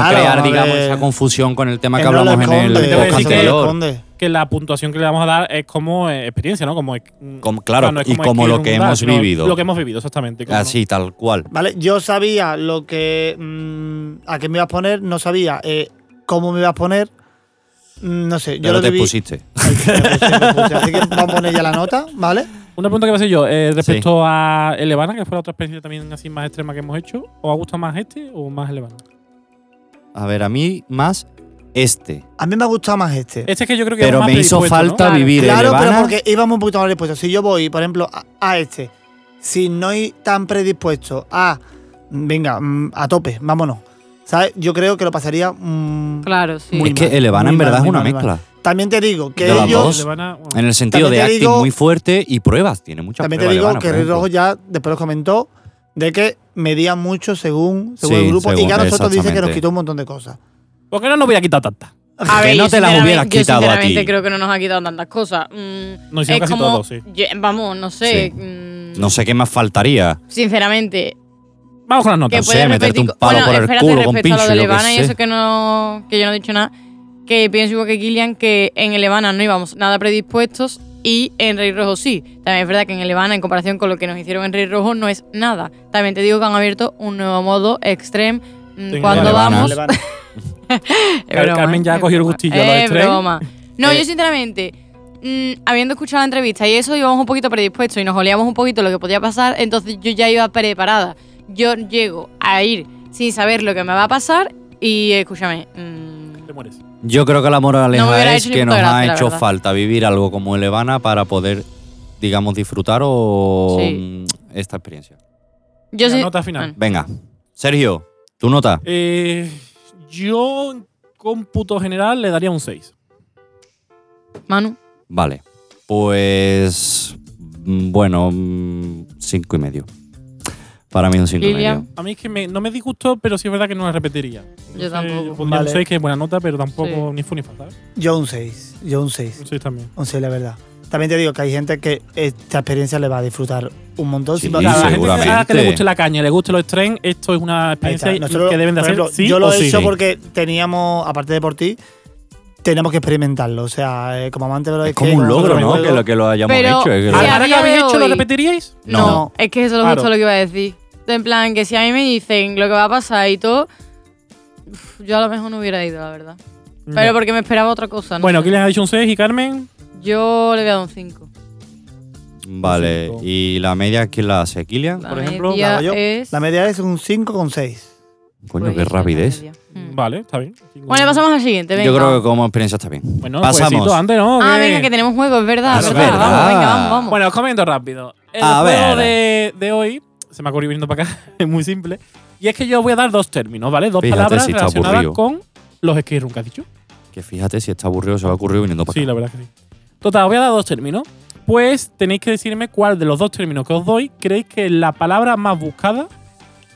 Speaker 2: Claro,
Speaker 4: crear,
Speaker 2: a ver.
Speaker 4: digamos, esa confusión con el tema que,
Speaker 2: Él no lo
Speaker 4: hablamos en el
Speaker 2: esconde,
Speaker 1: Te voy a
Speaker 4: podcast
Speaker 1: decir que-
Speaker 4: anterior.
Speaker 2: esconde.
Speaker 1: Que la puntuación que le vamos a dar es como eh, experiencia, ¿no? Como, eh, mm,
Speaker 4: Como-
Speaker 1: o
Speaker 4: claro,
Speaker 1: sea, no es
Speaker 4: y como lo
Speaker 1: escribir
Speaker 4: que
Speaker 1: un
Speaker 4: hemos
Speaker 1: sino Lo
Speaker 4: vivido. Ah,
Speaker 1: que hemos vivido, exactamente. como no.
Speaker 4: Así, tal cual.
Speaker 2: ¿Vale? Yo sabía lo que. mm, a qué me ibas a poner, no sabía eh, cómo me ibas a poner. Mm, No sé, yo
Speaker 4: Pero
Speaker 2: lo
Speaker 4: te
Speaker 2: viví.
Speaker 4: pusiste.
Speaker 2: Ay, me puse, me puse. Así que vamos a poner ya la nota, ¿vale?
Speaker 1: Una pregunta que voy a hacer yo, eh, respecto a Elevana, que fue la otra experiencia también así más extrema que hemos hecho, ¿os ha gustado más este o más Elevana?
Speaker 4: A ver, a mí más este.
Speaker 2: A mí me ha gustado más este.
Speaker 1: Este es que yo creo que es
Speaker 4: Pero
Speaker 1: más
Speaker 4: me hizo
Speaker 1: predispuesto, ¿no?
Speaker 4: falta
Speaker 3: Claro.
Speaker 4: vivir
Speaker 2: Claro,
Speaker 4: el
Speaker 2: pero
Speaker 4: Habana.
Speaker 2: porque íbamos un poquito más predispuestos. Si yo voy, por ejemplo, a, a este, si no ir tan predispuesto a, venga, mm, a tope, vámonos, ¿sabes? Yo creo que lo pasaría. mm,
Speaker 3: Claro, sí.
Speaker 2: Muy
Speaker 4: es que
Speaker 2: mal,
Speaker 4: el Habana
Speaker 2: muy
Speaker 4: en
Speaker 2: mal,
Speaker 4: verdad es
Speaker 2: muy
Speaker 4: una
Speaker 2: mal, muy
Speaker 4: mezcla.
Speaker 2: También te digo que
Speaker 4: De las
Speaker 2: ellos.
Speaker 4: dos.
Speaker 1: Elevana, bueno,
Speaker 4: En el sentido
Speaker 2: También
Speaker 4: de
Speaker 2: te
Speaker 4: acting
Speaker 2: digo-
Speaker 4: muy fuerte y pruebas. Tiene muchas
Speaker 2: También te
Speaker 4: pruebas. el
Speaker 2: digo
Speaker 4: Habana,
Speaker 2: que
Speaker 4: por
Speaker 2: Rey
Speaker 4: ejemplo.
Speaker 2: Rojo ya después los comentó de que medía mucho según, según
Speaker 4: Sí,
Speaker 2: el grupo y
Speaker 4: según-
Speaker 2: que a nosotros dice que nos
Speaker 4: exactamente.
Speaker 2: quitó un montón de cosas.
Speaker 1: ¿Por qué no nos voy a quitar tanta?
Speaker 3: A
Speaker 4: Que
Speaker 3: ver,
Speaker 4: no
Speaker 3: yo
Speaker 4: te las
Speaker 3: sinceramente-
Speaker 4: hubieras
Speaker 3: yo
Speaker 4: quitado a
Speaker 3: sinceramente
Speaker 4: ti.
Speaker 3: creo que no nos ha quitado tantas cosas. Mm,
Speaker 1: Nos hicieron
Speaker 3: es
Speaker 1: casi
Speaker 3: como-
Speaker 1: todo, sí.
Speaker 3: yo- vamos, no sé. mm,
Speaker 4: No sé qué más faltaría.
Speaker 3: Sinceramente,
Speaker 1: Vamos con las
Speaker 3: que
Speaker 1: notas.
Speaker 4: sé,
Speaker 3: puedes
Speaker 4: meterte
Speaker 3: repetir
Speaker 4: un
Speaker 3: co-
Speaker 4: palo
Speaker 3: bueno,
Speaker 4: por el
Speaker 3: espérate,
Speaker 4: culo con
Speaker 3: respecto a
Speaker 4: pincho,
Speaker 3: lo
Speaker 4: yo
Speaker 3: de
Speaker 4: qué
Speaker 3: Levana y
Speaker 4: sé.
Speaker 3: eso que no, que yo no he dicho nada, que pienso igual que Kilian que en el Levana no íbamos nada predispuestos y en Rey Rojo sí. También es verdad que en el Levana, en comparación con lo que nos hicieron en Rey Rojo, no es nada. También te digo que han abierto un nuevo modo extreme. mm,
Speaker 1: Sí,
Speaker 3: Cuando
Speaker 4: el Elevana.
Speaker 3: vamos,
Speaker 2: Levana.
Speaker 3: Es
Speaker 1: Car- Carmen ya
Speaker 3: es
Speaker 1: cogió el
Speaker 3: broma,
Speaker 1: gustillo a lo de
Speaker 3: es
Speaker 1: tren.
Speaker 3: broma. No,
Speaker 1: Eh.
Speaker 3: yo sinceramente, mm, habiendo escuchado la entrevista y eso, íbamos un poquito predispuestos y nos olíamos un poquito lo que podía pasar, entonces yo ya iba preparada. Yo llego a ir sin saber lo que me va a pasar y eh, escúchame. mm,
Speaker 1: Te mueres.
Speaker 4: Yo creo que la
Speaker 3: No me
Speaker 4: moraleja
Speaker 3: hubiera
Speaker 4: es
Speaker 3: hecho ni
Speaker 4: que
Speaker 3: puta
Speaker 4: nos ha
Speaker 3: gracia, la
Speaker 4: hecho
Speaker 3: verdad.
Speaker 4: falta vivir algo como el Habana para poder, digamos, disfrutar o
Speaker 3: Sí.
Speaker 4: mm, esta experiencia.
Speaker 3: yo
Speaker 1: La
Speaker 3: sí-
Speaker 1: nota final.
Speaker 3: Bueno,
Speaker 4: Venga, Sergio, tu nota.
Speaker 1: Eh, yo, en cómputo general, le daría un 6.
Speaker 3: Manu,
Speaker 4: Vale. Pues. mm, Bueno, mm, cinco y medio. Para mí un cinco y
Speaker 3: Lilian.
Speaker 4: medio.
Speaker 1: A mí es que me- no me disgustó, pero sí es verdad que no la repetiría. Entonces,
Speaker 3: tampoco.
Speaker 1: Yo pondría
Speaker 2: Vale.
Speaker 1: un 6, que es buena nota, pero tampoco ni fu ni fa, ¿sabes?
Speaker 2: Yo un 6, yo un 6.
Speaker 1: Un 6 también.
Speaker 2: O sea, la verdad. También te digo que hay gente que esta experiencia le va a disfrutar un montón.
Speaker 4: Sí,
Speaker 2: Sin-
Speaker 1: Claro, a la gente que- a la que le
Speaker 4: seguramente.
Speaker 1: guste la caña, le guste los tren, esto es una
Speaker 2: Ahí está.
Speaker 1: experiencia
Speaker 2: Nosotros,
Speaker 1: que deben de
Speaker 2: por
Speaker 1: hacer
Speaker 2: ejemplo,
Speaker 1: sí
Speaker 2: yo lo
Speaker 1: o
Speaker 2: he
Speaker 1: sí.
Speaker 2: hecho
Speaker 4: Sí.
Speaker 2: porque teníamos, aparte de por ti, teníamos que experimentarlo. O sea, eh, como amante de los
Speaker 4: Es como un
Speaker 2: skates,
Speaker 4: logro,
Speaker 2: nosotros
Speaker 4: ¿no?
Speaker 2: juego-
Speaker 4: Que lo, que lo hayamos
Speaker 3: Pero-
Speaker 4: hecho. es que-
Speaker 3: Sí,
Speaker 1: ¿Ahora
Speaker 3: a
Speaker 1: ahora que
Speaker 3: día
Speaker 1: habéis
Speaker 3: de
Speaker 1: hecho, lo
Speaker 3: hoy- Ah,
Speaker 1: repetiríais?
Speaker 4: No.
Speaker 2: No.
Speaker 3: es que eso es
Speaker 2: Claro.
Speaker 3: justo lo que iba a decir. En plan, que si a mí me dicen lo que va a pasar y todo, uf, yo a lo mejor no hubiera ido, la verdad. Pero porque me esperaba otra cosa. no
Speaker 1: Bueno,
Speaker 3: sé.
Speaker 1: aquí les ha dicho un 6 y Carmen.
Speaker 3: Yo le voy a dar un 5.
Speaker 4: Vale,
Speaker 1: Cinco.
Speaker 4: ¿y la media quién la hace? ¿Kilian?
Speaker 3: La
Speaker 1: Por ejemplo,
Speaker 3: media
Speaker 2: la hago yo.
Speaker 3: es...
Speaker 2: La media es un 5,6.
Speaker 4: Coño,
Speaker 3: pues,
Speaker 4: qué
Speaker 3: es la
Speaker 4: rapidez.
Speaker 3: media. Mm.
Speaker 1: Vale, está bien.
Speaker 3: Bueno, pasamos al siguiente, venga.
Speaker 4: Yo creo que como experiencia está bien.
Speaker 1: Bueno,
Speaker 4: Pasamos.
Speaker 1: jueguecito antes, ¿no?
Speaker 3: Ah,
Speaker 1: ¿Qué?
Speaker 3: venga, que tenemos juego, es verdad,
Speaker 4: Es
Speaker 3: es verdad.
Speaker 4: verdad.
Speaker 3: Vamos, venga, vamos, vamos.
Speaker 1: Bueno, os comento rápido. El
Speaker 4: A
Speaker 1: juego
Speaker 4: ver.
Speaker 1: De, de hoy se me ha ocurrido viniendo para acá, es muy simple. Y es que yo voy a dar dos términos, ¿vale? Dos
Speaker 4: Fíjate
Speaker 1: palabras
Speaker 4: si está
Speaker 1: relacionadas
Speaker 4: aburrido.
Speaker 1: con los skate room que has dicho.
Speaker 4: Que fíjate si está aburrido, se va a ocurrir viniendo para
Speaker 1: Sí,
Speaker 4: acá.
Speaker 1: la verdad que sí. Total, os voy a dar dos términos. Pues tenéis que decirme cuál de los dos términos que os doy creéis que es la palabra más buscada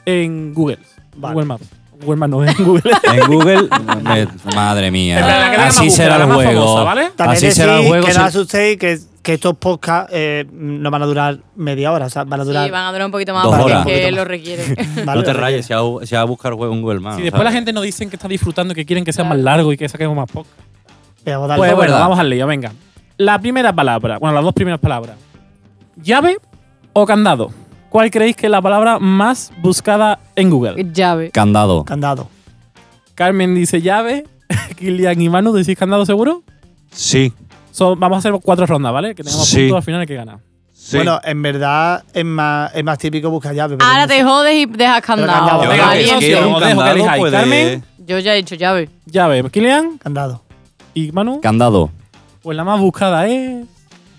Speaker 1: en Google.
Speaker 2: Vale.
Speaker 1: Google Maps. Google Maps no, en Google.
Speaker 4: En Google, me- madre
Speaker 1: Es la que tenga
Speaker 4: mía.
Speaker 1: más
Speaker 4: Así
Speaker 1: búsqueda,
Speaker 4: será
Speaker 1: la
Speaker 4: el
Speaker 1: más
Speaker 4: juego.
Speaker 1: famosa, ¿vale?
Speaker 2: También
Speaker 4: Así
Speaker 2: decir
Speaker 4: será el juego.
Speaker 2: que
Speaker 4: si-
Speaker 2: no os asustéis que, que estos podcasts eh, no van a durar media hora, o sea, van a durar...
Speaker 3: Sí, van a durar un poquito más
Speaker 4: Dos
Speaker 3: porque
Speaker 4: horas.
Speaker 3: es
Speaker 2: Un
Speaker 3: que
Speaker 2: poquito
Speaker 3: lo
Speaker 2: más.
Speaker 3: requiere.
Speaker 2: Vale,
Speaker 4: no te
Speaker 2: vale.
Speaker 4: rayes, se va, a buscar juego en Google Maps.
Speaker 1: si después la gente nos dicen que está disfrutando, que quieren que sea más
Speaker 3: Claro.
Speaker 1: largo y que saquemos más poco.
Speaker 2: Veamos, dale.
Speaker 1: Pues
Speaker 4: es
Speaker 1: bueno,
Speaker 4: verdad.
Speaker 1: vamos al lío, venga. La primera palabra, bueno, las dos primeras palabras. Llave o candado. ¿Cuál creéis que es la palabra más buscada en Google?
Speaker 3: Llave.
Speaker 4: Candado.
Speaker 2: Candado.
Speaker 1: Carmen dice llave. Kilian y Manu, ¿decís candado seguro?
Speaker 4: Sí.
Speaker 1: So, vamos a hacer cuatro rondas, ¿vale? Que tengamos
Speaker 4: Sí.
Speaker 1: puntos al final el que gana.
Speaker 4: sí.
Speaker 2: Bueno, en verdad es más, es más típico buscar llave. pero
Speaker 3: Ahora
Speaker 2: no sé.
Speaker 3: te jodes y dejas candado.
Speaker 2: candado,
Speaker 4: Yo
Speaker 1: venga,
Speaker 4: creo que
Speaker 1: Valiente.
Speaker 4: es que un
Speaker 1: Os dejo que
Speaker 4: candado pues,
Speaker 1: elijáis.
Speaker 4: puede-
Speaker 1: Carmen.
Speaker 3: Yo ya he dicho llave.
Speaker 1: Llave, Kilian
Speaker 2: Candado.
Speaker 1: y Manu.
Speaker 4: Candado.
Speaker 1: Pues la más buscada es.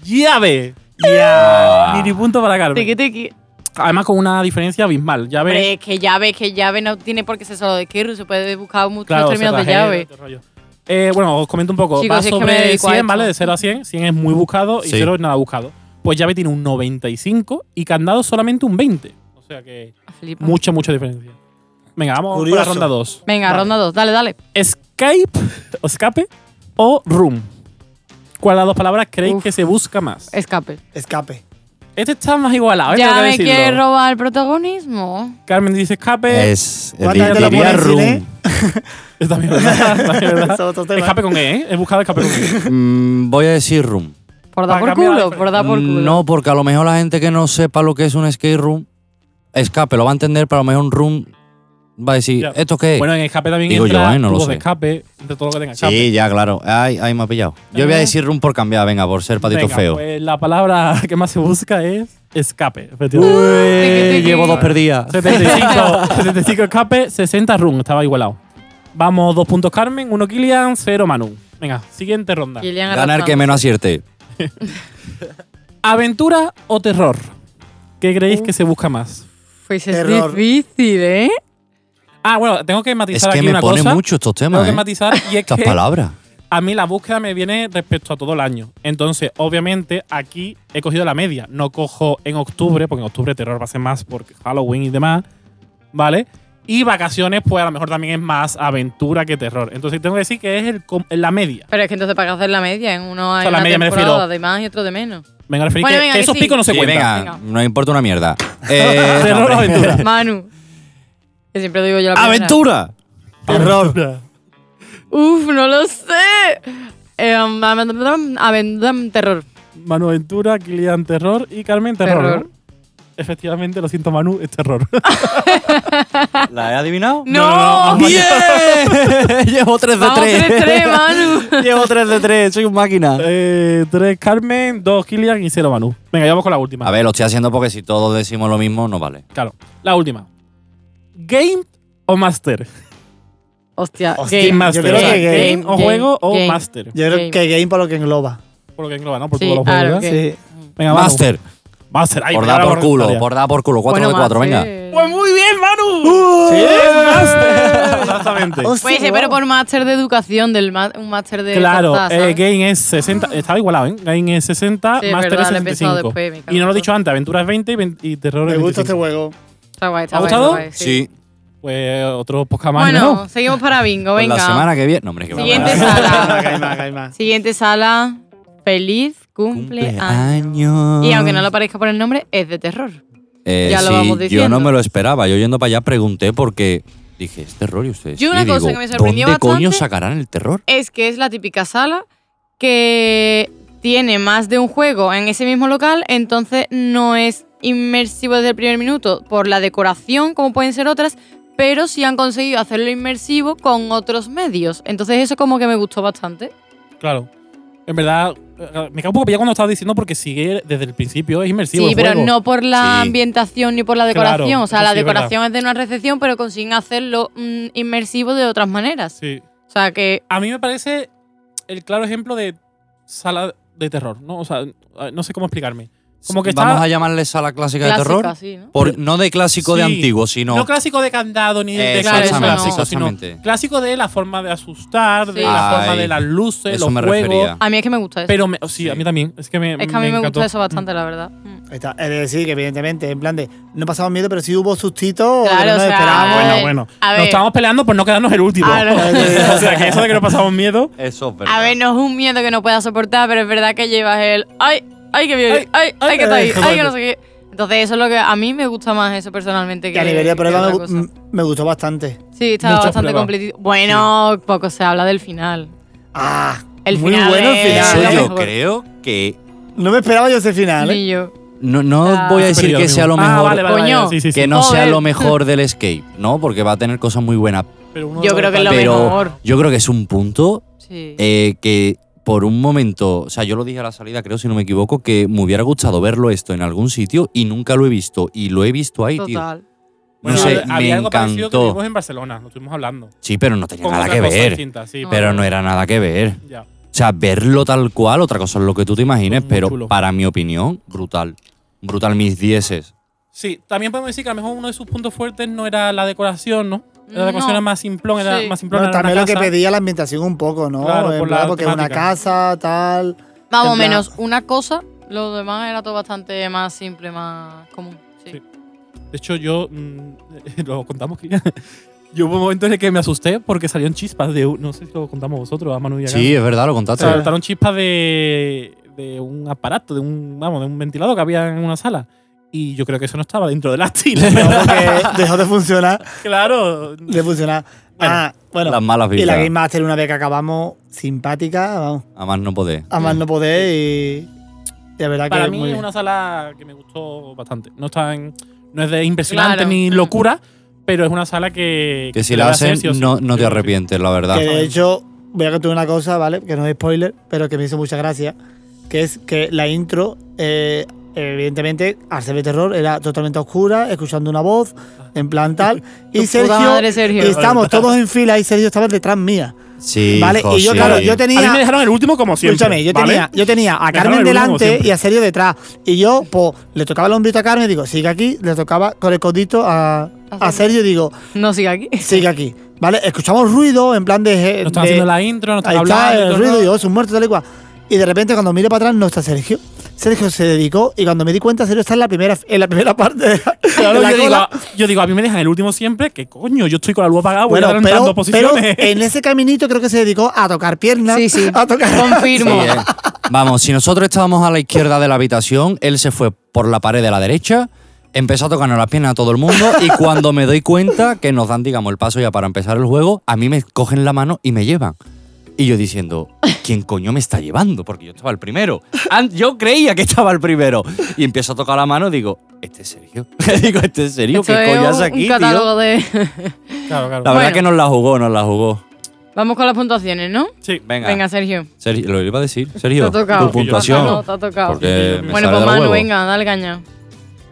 Speaker 1: ¡Llave!
Speaker 4: Ah.
Speaker 1: Mini punto para
Speaker 3: Tiqui,
Speaker 1: Carmen.
Speaker 3: tiqui.
Speaker 1: Además, con una diferencia abismal. Llave.
Speaker 3: Hombre, es que llave, es que llave no tiene por qué ser solo de Kirby. Se puede buscar muchos
Speaker 1: Claro,
Speaker 3: términos de
Speaker 1: cerrajero,
Speaker 3: llave.
Speaker 1: todo el rollo. Eh, bueno, os comento un poco.
Speaker 3: Chicos,
Speaker 1: Va
Speaker 3: si es que me
Speaker 1: sobre
Speaker 3: dedico a
Speaker 1: 100,
Speaker 3: esto.
Speaker 1: ¿vale? De 0 a 100. 100 es muy buscado y
Speaker 4: Sí.
Speaker 1: 0 es nada buscado. Pues llave tiene un 95 y candado solamente un 20. O sea que
Speaker 3: Flipa.
Speaker 1: mucha, mucha diferencia. Venga, vamos por la
Speaker 2: Curioso.
Speaker 1: ronda 2.
Speaker 3: Venga,
Speaker 2: Vale.
Speaker 3: ronda 2. Dale, dale.
Speaker 1: Skype, o escape o room. ¿Cuál de las dos palabras creéis
Speaker 3: Uf.
Speaker 1: que se busca más?
Speaker 3: Escape.
Speaker 2: Escape.
Speaker 1: Este está más igualado. ¿eh? Tengo
Speaker 3: ya
Speaker 1: que
Speaker 3: me
Speaker 1: decirlo.
Speaker 3: quiere robar el protagonismo.
Speaker 1: Carmen dice escape.
Speaker 4: Es.
Speaker 2: ¿Cuántas
Speaker 4: di-
Speaker 2: veces lo
Speaker 4: Diría
Speaker 2: pones en cine?
Speaker 4: room.
Speaker 1: Es también verdad, también verdad.
Speaker 2: Eso es otro tema.
Speaker 1: Escape con E, ¿eh? He buscado escape con E.
Speaker 4: Mm, Voy a decir room.
Speaker 3: Por
Speaker 1: Para
Speaker 3: dar
Speaker 1: cambiar
Speaker 3: por
Speaker 1: la
Speaker 3: culo,
Speaker 1: diferencia.
Speaker 3: por dar por culo.
Speaker 4: No, porque a lo mejor la gente que no sepa lo que es un skate room, escape, lo va a entender, pero a lo mejor un room va a decir,
Speaker 1: Ya.
Speaker 4: ¿esto qué es?
Speaker 1: Bueno, en escape también
Speaker 4: Digo
Speaker 1: entra
Speaker 4: yo, ¿eh? No lo
Speaker 1: tubos de
Speaker 4: sé.
Speaker 1: escape, entre todo lo que tenga escape.
Speaker 4: sí, ya, claro. Ay, ay, me ha pillado. Yo voy a decir room por cambiar, venga, por ser patito
Speaker 1: Venga,
Speaker 4: feo.
Speaker 1: Pues la palabra que más se busca es escape, efectivamente.
Speaker 4: Eh,
Speaker 3: Tiki, tiki.
Speaker 4: llevo dos perdidas.
Speaker 1: 75, 75 escape, 60 run, estaba igualado. Vamos, dos puntos Carmen, uno Kilian, cero Manu. Venga, siguiente ronda.
Speaker 3: Kilian
Speaker 4: Ganar
Speaker 3: arrasando.
Speaker 4: que menos acierte.
Speaker 1: ¿Aventura o terror? ¿Qué creéis que se busca más?
Speaker 3: Pues es
Speaker 2: Error.
Speaker 3: difícil, ¿eh?
Speaker 1: Ah, bueno, tengo que
Speaker 4: Es
Speaker 1: matizar
Speaker 4: que
Speaker 1: aquí
Speaker 4: me
Speaker 1: una
Speaker 4: pone
Speaker 1: cosa.
Speaker 4: mucho estos
Speaker 1: tengo
Speaker 4: temas,
Speaker 1: que
Speaker 4: eh.
Speaker 1: matizar y es
Speaker 4: estas
Speaker 1: que
Speaker 4: palabras.
Speaker 1: a mí la búsqueda me viene respecto a todo el año. Entonces, obviamente, aquí he cogido la media. No cojo en octubre, porque en octubre terror va a ser más por Halloween y demás, ¿vale? Y vacaciones, pues a lo mejor también es más aventura que terror. Entonces, tengo que decir que es el com- la media.
Speaker 3: Pero es que entonces para qué hacer la media, en uno hay
Speaker 1: sea, la
Speaker 3: una
Speaker 1: media me
Speaker 3: temporada
Speaker 1: refiero-
Speaker 3: de más y otro de menos.
Speaker 1: Me refiero
Speaker 3: Bueno,
Speaker 1: que,
Speaker 3: venga,
Speaker 1: que
Speaker 3: que
Speaker 1: esos
Speaker 3: sí.
Speaker 1: picos no se
Speaker 4: Sí,
Speaker 1: cuentan.
Speaker 4: venga,
Speaker 3: Venga.
Speaker 4: no importa una mierda. Eh,
Speaker 1: Terror o
Speaker 4: no, venga.
Speaker 1: aventura.
Speaker 3: Manu. Que siempre digo yo la primera.
Speaker 4: ¡Aventura!
Speaker 1: Terror.
Speaker 3: Uf, no lo sé. Eh, um, aven- aven- terror.
Speaker 1: Manu Aventura, Kilian Terror y Carmen Terror.
Speaker 3: Terror.
Speaker 1: ¿no? Efectivamente, lo siento, Manu, es terror.
Speaker 4: Ah. ¿La he adivinado?
Speaker 3: ¡No!
Speaker 1: no, no,
Speaker 4: ¡Bien! Llevo 3 de
Speaker 3: Vamos
Speaker 4: 3.
Speaker 3: 3-3, Manu.
Speaker 4: Llevo 3 de 3, soy un máquina.
Speaker 1: Eh, tres Carmen, dos Kilian y cero Manu. Venga, ya vamos con la última.
Speaker 4: A ver, lo estoy haciendo porque si todos decimos lo mismo, no vale.
Speaker 1: Claro. La última. ¿Game o Master?
Speaker 3: Hostia,
Speaker 2: Hostia,
Speaker 3: game.
Speaker 2: yo creo
Speaker 1: O sea,
Speaker 2: que game.
Speaker 1: o juego o Master.
Speaker 2: Yo creo
Speaker 3: Game.
Speaker 2: que game por lo que engloba.
Speaker 1: Por lo que engloba, ¿no? Por
Speaker 3: Sí,
Speaker 1: todos los juegos,
Speaker 3: claro,
Speaker 1: ¿verdad?
Speaker 3: game.
Speaker 2: Sí.
Speaker 1: Venga, Manu.
Speaker 4: Master,
Speaker 1: Master. Ay,
Speaker 4: por
Speaker 1: me da
Speaker 4: dar
Speaker 1: la
Speaker 4: por culo,
Speaker 1: contraria.
Speaker 4: por dar por culo. 4
Speaker 3: Bueno,
Speaker 4: de 4,
Speaker 3: Master.
Speaker 4: venga.
Speaker 1: Pues muy bien, Manu. sí, es Master. Exactamente.
Speaker 2: Hostia,
Speaker 3: Pues sí, pero
Speaker 2: Oh, wow.
Speaker 3: por máster de educación, del ma- un máster de.
Speaker 1: Claro,
Speaker 3: cosas,
Speaker 1: eh,
Speaker 3: ¿sabes?
Speaker 1: Game es 60. Estaba igualado, ¿eh? Game es 60,
Speaker 3: Sí, es
Speaker 1: Master
Speaker 3: verdad, lo he
Speaker 1: es
Speaker 3: pensado
Speaker 1: 65.
Speaker 3: después, me cago
Speaker 1: y no lo
Speaker 3: en
Speaker 1: he dicho antes, Aventura es 20 y, 20 y Terror es
Speaker 2: Me
Speaker 1: 25.
Speaker 2: gusta este juego.
Speaker 3: Está guay, está
Speaker 1: ¿Ha
Speaker 3: guay,
Speaker 1: gustado?
Speaker 3: está guay,
Speaker 4: Sí.
Speaker 1: Pues otro podcast más,
Speaker 3: Bueno,
Speaker 1: ¿no?
Speaker 3: seguimos para bingo,
Speaker 4: Pues
Speaker 3: venga.
Speaker 4: la semana que viene. No, hombre, que
Speaker 3: Siguiente
Speaker 4: broma.
Speaker 3: sala.
Speaker 2: Acá hay más, acá hay más.
Speaker 3: Siguiente sala. Feliz cumpleaños.
Speaker 4: Cumpleaños.
Speaker 3: Y aunque no lo parezca por el nombre, es de terror.
Speaker 4: Eh,
Speaker 3: Ya lo
Speaker 4: sí,
Speaker 3: vamos
Speaker 4: Yo
Speaker 3: diciendo.
Speaker 4: no me lo esperaba. Yo yendo para allá pregunté porque dije, este rollo ustedes.
Speaker 3: Yo una
Speaker 4: Y
Speaker 3: cosa
Speaker 4: digo,
Speaker 3: que me sorprendió
Speaker 4: ¿Dónde coño
Speaker 3: bastante-
Speaker 4: sacarán el terror?
Speaker 3: es que es la típica sala que tiene más de un juego en ese mismo local, entonces no es inmersivo desde el primer minuto por la decoración, como pueden ser otras, pero sí han conseguido hacerlo inmersivo con otros medios. Entonces eso como que me gustó bastante.
Speaker 1: Claro. En verdad, eh, me cago un poco ya cuando estaba diciendo porque sigue desde el principio, es inmersivo.
Speaker 3: Sí,
Speaker 1: el
Speaker 3: pero
Speaker 1: juego.
Speaker 3: no por la
Speaker 4: Sí.
Speaker 3: ambientación ni por la decoración.
Speaker 1: Claro,
Speaker 3: o sea,
Speaker 1: eso
Speaker 3: la
Speaker 1: sí es verdad.
Speaker 3: decoración es, de una recepción, pero consiguen hacerlo mm, inmersivo de otras maneras.
Speaker 1: Sí.
Speaker 3: O sea, que
Speaker 1: A mí me parece el claro ejemplo de sala de terror, ¿no? O sea, no sé cómo explicarme. Como que está.
Speaker 4: Vamos a llamarle sala clásica,
Speaker 3: clásica,
Speaker 4: de terror.
Speaker 3: sí,
Speaker 2: Pues,
Speaker 3: ¿no?
Speaker 4: Por, no de clásico de
Speaker 1: Sí.
Speaker 4: antiguo, sino.
Speaker 1: No. clásico de candado ni de
Speaker 4: Exactamente,
Speaker 1: claro,
Speaker 3: Claro, eso
Speaker 1: clásico,
Speaker 3: no.
Speaker 4: exactamente.
Speaker 1: sino clásico de la forma de asustar, de
Speaker 3: Sí.
Speaker 1: la forma
Speaker 4: Ay,
Speaker 1: de las luces,
Speaker 4: eso
Speaker 1: los
Speaker 4: me
Speaker 1: juegos.
Speaker 4: refería.
Speaker 3: A mí es que me gusta eso.
Speaker 1: Pero me- sí, a mí también. Es que me,
Speaker 3: es que a mí me,
Speaker 1: encantó.
Speaker 3: gusta eso bastante, la verdad. Mm.
Speaker 2: Está- es decir, que evidentemente, en plan de, no pasamos miedo, pero sí hubo sustitos o que
Speaker 3: Claro,
Speaker 2: no
Speaker 3: o
Speaker 2: nos
Speaker 3: sea, eh,
Speaker 2: esperábamos.
Speaker 3: a
Speaker 1: Bueno,
Speaker 3: ver,
Speaker 1: bueno.
Speaker 3: a
Speaker 1: Nos
Speaker 3: ver.
Speaker 1: estábamos peleando por no quedarnos el último.
Speaker 3: Ah, no.
Speaker 1: o sea, que eso de que nos pasamos miedo.
Speaker 4: Eso es verdad.
Speaker 3: A ver, no es un miedo que no pueda soportar, pero es verdad que llevas el ay, ay que viene,
Speaker 1: Ay,
Speaker 3: ay,
Speaker 1: ay,
Speaker 3: ay que está ahí, ay que
Speaker 1: exactamente.
Speaker 3: no sé qué. Entonces, eso es lo que a mí me gusta más eso personalmente
Speaker 2: Que
Speaker 3: que
Speaker 2: a nivel de
Speaker 3: que
Speaker 2: prueba
Speaker 3: otra
Speaker 2: me,
Speaker 3: cosa.
Speaker 2: m- me gustó bastante.
Speaker 3: Sí, estaba
Speaker 1: Muchas
Speaker 3: bastante
Speaker 1: pruebas.
Speaker 3: completito. Bueno, poco se habla del final.
Speaker 2: Ah,
Speaker 3: El
Speaker 2: muy
Speaker 3: final
Speaker 2: bueno el
Speaker 3: es-
Speaker 2: final.
Speaker 4: Eso
Speaker 3: a lo
Speaker 4: yo
Speaker 3: mejor.
Speaker 4: creo que.
Speaker 2: No me esperaba yo ese final. ¿eh?
Speaker 3: Ni yo.
Speaker 4: No, no
Speaker 3: Ah.
Speaker 4: voy a decir
Speaker 1: Superior,
Speaker 4: que sea lo
Speaker 1: amigo.
Speaker 4: mejor.
Speaker 1: Ah, vale, vale, vale,
Speaker 3: Coño.
Speaker 1: sí, sí, sí.
Speaker 4: Que no sea
Speaker 3: Joder.
Speaker 4: lo mejor del escape, ¿no? Porque va a tener cosas muy buenas.
Speaker 1: Pero uno
Speaker 3: Yo
Speaker 1: de los
Speaker 3: creo que es lo
Speaker 1: detalles-
Speaker 4: pero
Speaker 3: mejor.
Speaker 4: yo creo que es un punto
Speaker 3: Sí.
Speaker 4: eh, que por un momento, o sea, yo lo dije a la salida, creo, si no me equivoco, que me hubiera gustado verlo esto en algún sitio y nunca lo he visto. Y lo he visto ahí, tío.
Speaker 3: Total.
Speaker 4: No
Speaker 1: Bueno,
Speaker 4: sé,
Speaker 1: había
Speaker 4: me
Speaker 1: algo parecido que
Speaker 4: encantó.
Speaker 1: vimos en Barcelona, lo estuvimos hablando.
Speaker 4: Sí, pero no tenía
Speaker 1: Con
Speaker 4: nada
Speaker 1: otra
Speaker 4: que
Speaker 1: cosa
Speaker 4: ver. Ah.
Speaker 1: distinta, sí,
Speaker 4: Pero no era nada que ver.
Speaker 1: Ya.
Speaker 4: O sea, verlo tal cual, otra cosa es lo que tú te imagines,
Speaker 1: Muy
Speaker 4: pero
Speaker 1: chulo.
Speaker 4: para mi opinión, brutal. Brutal, mis dieces.
Speaker 1: Sí, también podemos decir que a lo mejor uno de sus puntos fuertes no era la decoración, ¿no? La
Speaker 3: No.
Speaker 1: decoración era más simplón, era
Speaker 3: Sí.
Speaker 1: más simplón.
Speaker 2: Bueno,
Speaker 1: era
Speaker 2: también
Speaker 1: una
Speaker 2: lo que
Speaker 1: casa.
Speaker 2: pedía la ambientación un poco, ¿no?
Speaker 1: Claro,
Speaker 2: En
Speaker 1: por
Speaker 2: plan,
Speaker 1: la
Speaker 2: porque es una
Speaker 1: temática.
Speaker 2: casa, tal.
Speaker 3: Más o
Speaker 2: En plan-
Speaker 3: menos una cosa, lo demás era todo bastante más simple, más común. Sí.
Speaker 1: Sí. De hecho, yo. mm, lo contamos, Kilian. Yo hubo un momento en el que me asusté porque salieron chispas de. un- No sé si lo contamos vosotros, a Manu y a
Speaker 4: Sí, es verdad, lo contaste.
Speaker 1: Se saltaron chispas de, de un aparato, de un, vamos, de un ventilador que había en una sala. Y yo creo que eso no estaba dentro de las tinas.
Speaker 2: No, porque dejó de funcionar.
Speaker 1: claro.
Speaker 2: De funcionar. ah, bueno.
Speaker 4: Las malas
Speaker 2: y la Game
Speaker 4: vidas.
Speaker 2: Master, una vez que acabamos, simpática, vamos,
Speaker 4: A más no podés.
Speaker 2: a más no poder y. De verdad
Speaker 1: Para
Speaker 2: que
Speaker 1: mí
Speaker 2: muy
Speaker 1: es
Speaker 2: bien.
Speaker 1: una sala que me gustó bastante. No, está en- no es de impresionante
Speaker 3: Claro.
Speaker 1: ni locura, pero es una sala que.
Speaker 4: Que si
Speaker 1: se
Speaker 4: la
Speaker 1: debe hacer
Speaker 4: haces,
Speaker 1: sí o sí.
Speaker 4: no, no te
Speaker 1: Sí,
Speaker 4: arrepientes, la verdad.
Speaker 2: Que de hecho, voy a contar una cosa, ¿vale? Que no es spoiler, pero que me hizo mucha gracia. Que es que la intro, eh, evidentemente, al ser de terror, era totalmente oscura, escuchando una voz, en plan tal. y
Speaker 3: Tu
Speaker 2: Sergio.
Speaker 3: puta madre, Sergio.
Speaker 2: y estamos todos en fila y Sergio estaba detrás mía.
Speaker 4: Sí,
Speaker 2: ¿Vale?
Speaker 4: hijo,
Speaker 2: Y yo,
Speaker 4: sí.
Speaker 2: claro, yo
Speaker 1: sí. A mí me
Speaker 2: tenía.
Speaker 1: dejaron el último como siempre.
Speaker 2: Escúchame, yo
Speaker 1: ¿vale?
Speaker 2: tenía, yo tenía a
Speaker 1: Me
Speaker 2: Carmen
Speaker 1: dejaron el último como
Speaker 2: delante
Speaker 1: siempre.
Speaker 2: y a Sergio detrás. Y yo, pues, le tocaba el hombrito a Carmen y digo, sigue aquí. Le tocaba con el codito a, a Sergio y digo,
Speaker 3: No siga aquí.
Speaker 2: sigue aquí. ¿Vale? Escuchamos ruido en plan de.
Speaker 1: No están
Speaker 2: de-
Speaker 1: haciendo la intro, no están
Speaker 2: Ahí está
Speaker 1: hablando.
Speaker 2: el
Speaker 1: todo,
Speaker 2: ruido,
Speaker 1: ¿no?
Speaker 2: digo, es un muerto, tal y cual. Y de repente cuando miro para atrás no está Sergio. Sergio se dedicó y cuando me di cuenta Sergio está en la primera, en la primera parte de la,
Speaker 1: Claro,
Speaker 2: de la
Speaker 1: yo, digo,
Speaker 2: cola.
Speaker 1: a- yo digo, a mí me dejan el último siempre, que coño, yo estoy con la luz apagada, voy
Speaker 2: Bueno,
Speaker 1: adelantando
Speaker 2: pero, pero
Speaker 1: posiciones.
Speaker 2: en ese caminito creo que se dedicó a tocar piernas,
Speaker 3: Sí, sí.
Speaker 2: a tocar
Speaker 4: Sí,
Speaker 3: Confirmo.
Speaker 4: eh. Vamos, si nosotros estábamos a la izquierda de la habitación, él se fue por la pared de la derecha, empezó a tocarnos las piernas a todo el mundo y cuando me doy cuenta que nos dan, digamos, el paso ya para empezar el juego, a mí me cogen la mano y me llevan. Y yo diciendo, ¿quién coño me está llevando? Porque yo estaba el primero. An- Yo creía que estaba el primero. Y empiezo a tocar la mano y digo, ¿este es Sergio? digo, ¿este es Sergio?
Speaker 3: Esto
Speaker 4: ¿Qué
Speaker 3: es
Speaker 4: coño hace
Speaker 3: un-
Speaker 4: aquí,
Speaker 3: un
Speaker 4: tío?
Speaker 3: catálogo
Speaker 4: La
Speaker 3: de.
Speaker 1: claro, claro.
Speaker 4: verdad
Speaker 3: Bueno.
Speaker 4: que nos la jugó, nos la jugó.
Speaker 3: Vamos con las puntuaciones, ¿no?
Speaker 1: Sí.
Speaker 4: Venga.
Speaker 3: Venga, Sergio.
Speaker 4: Sergio, lo iba a decir,
Speaker 3: Te
Speaker 4: Sergio,
Speaker 3: ha tocado.
Speaker 4: tu puntuación.
Speaker 3: Ah, no, te ha tocado.
Speaker 4: Porque me sale
Speaker 3: Bueno,
Speaker 4: de
Speaker 3: pues
Speaker 4: los
Speaker 3: Manu,
Speaker 4: huevos.
Speaker 3: venga, dale caña.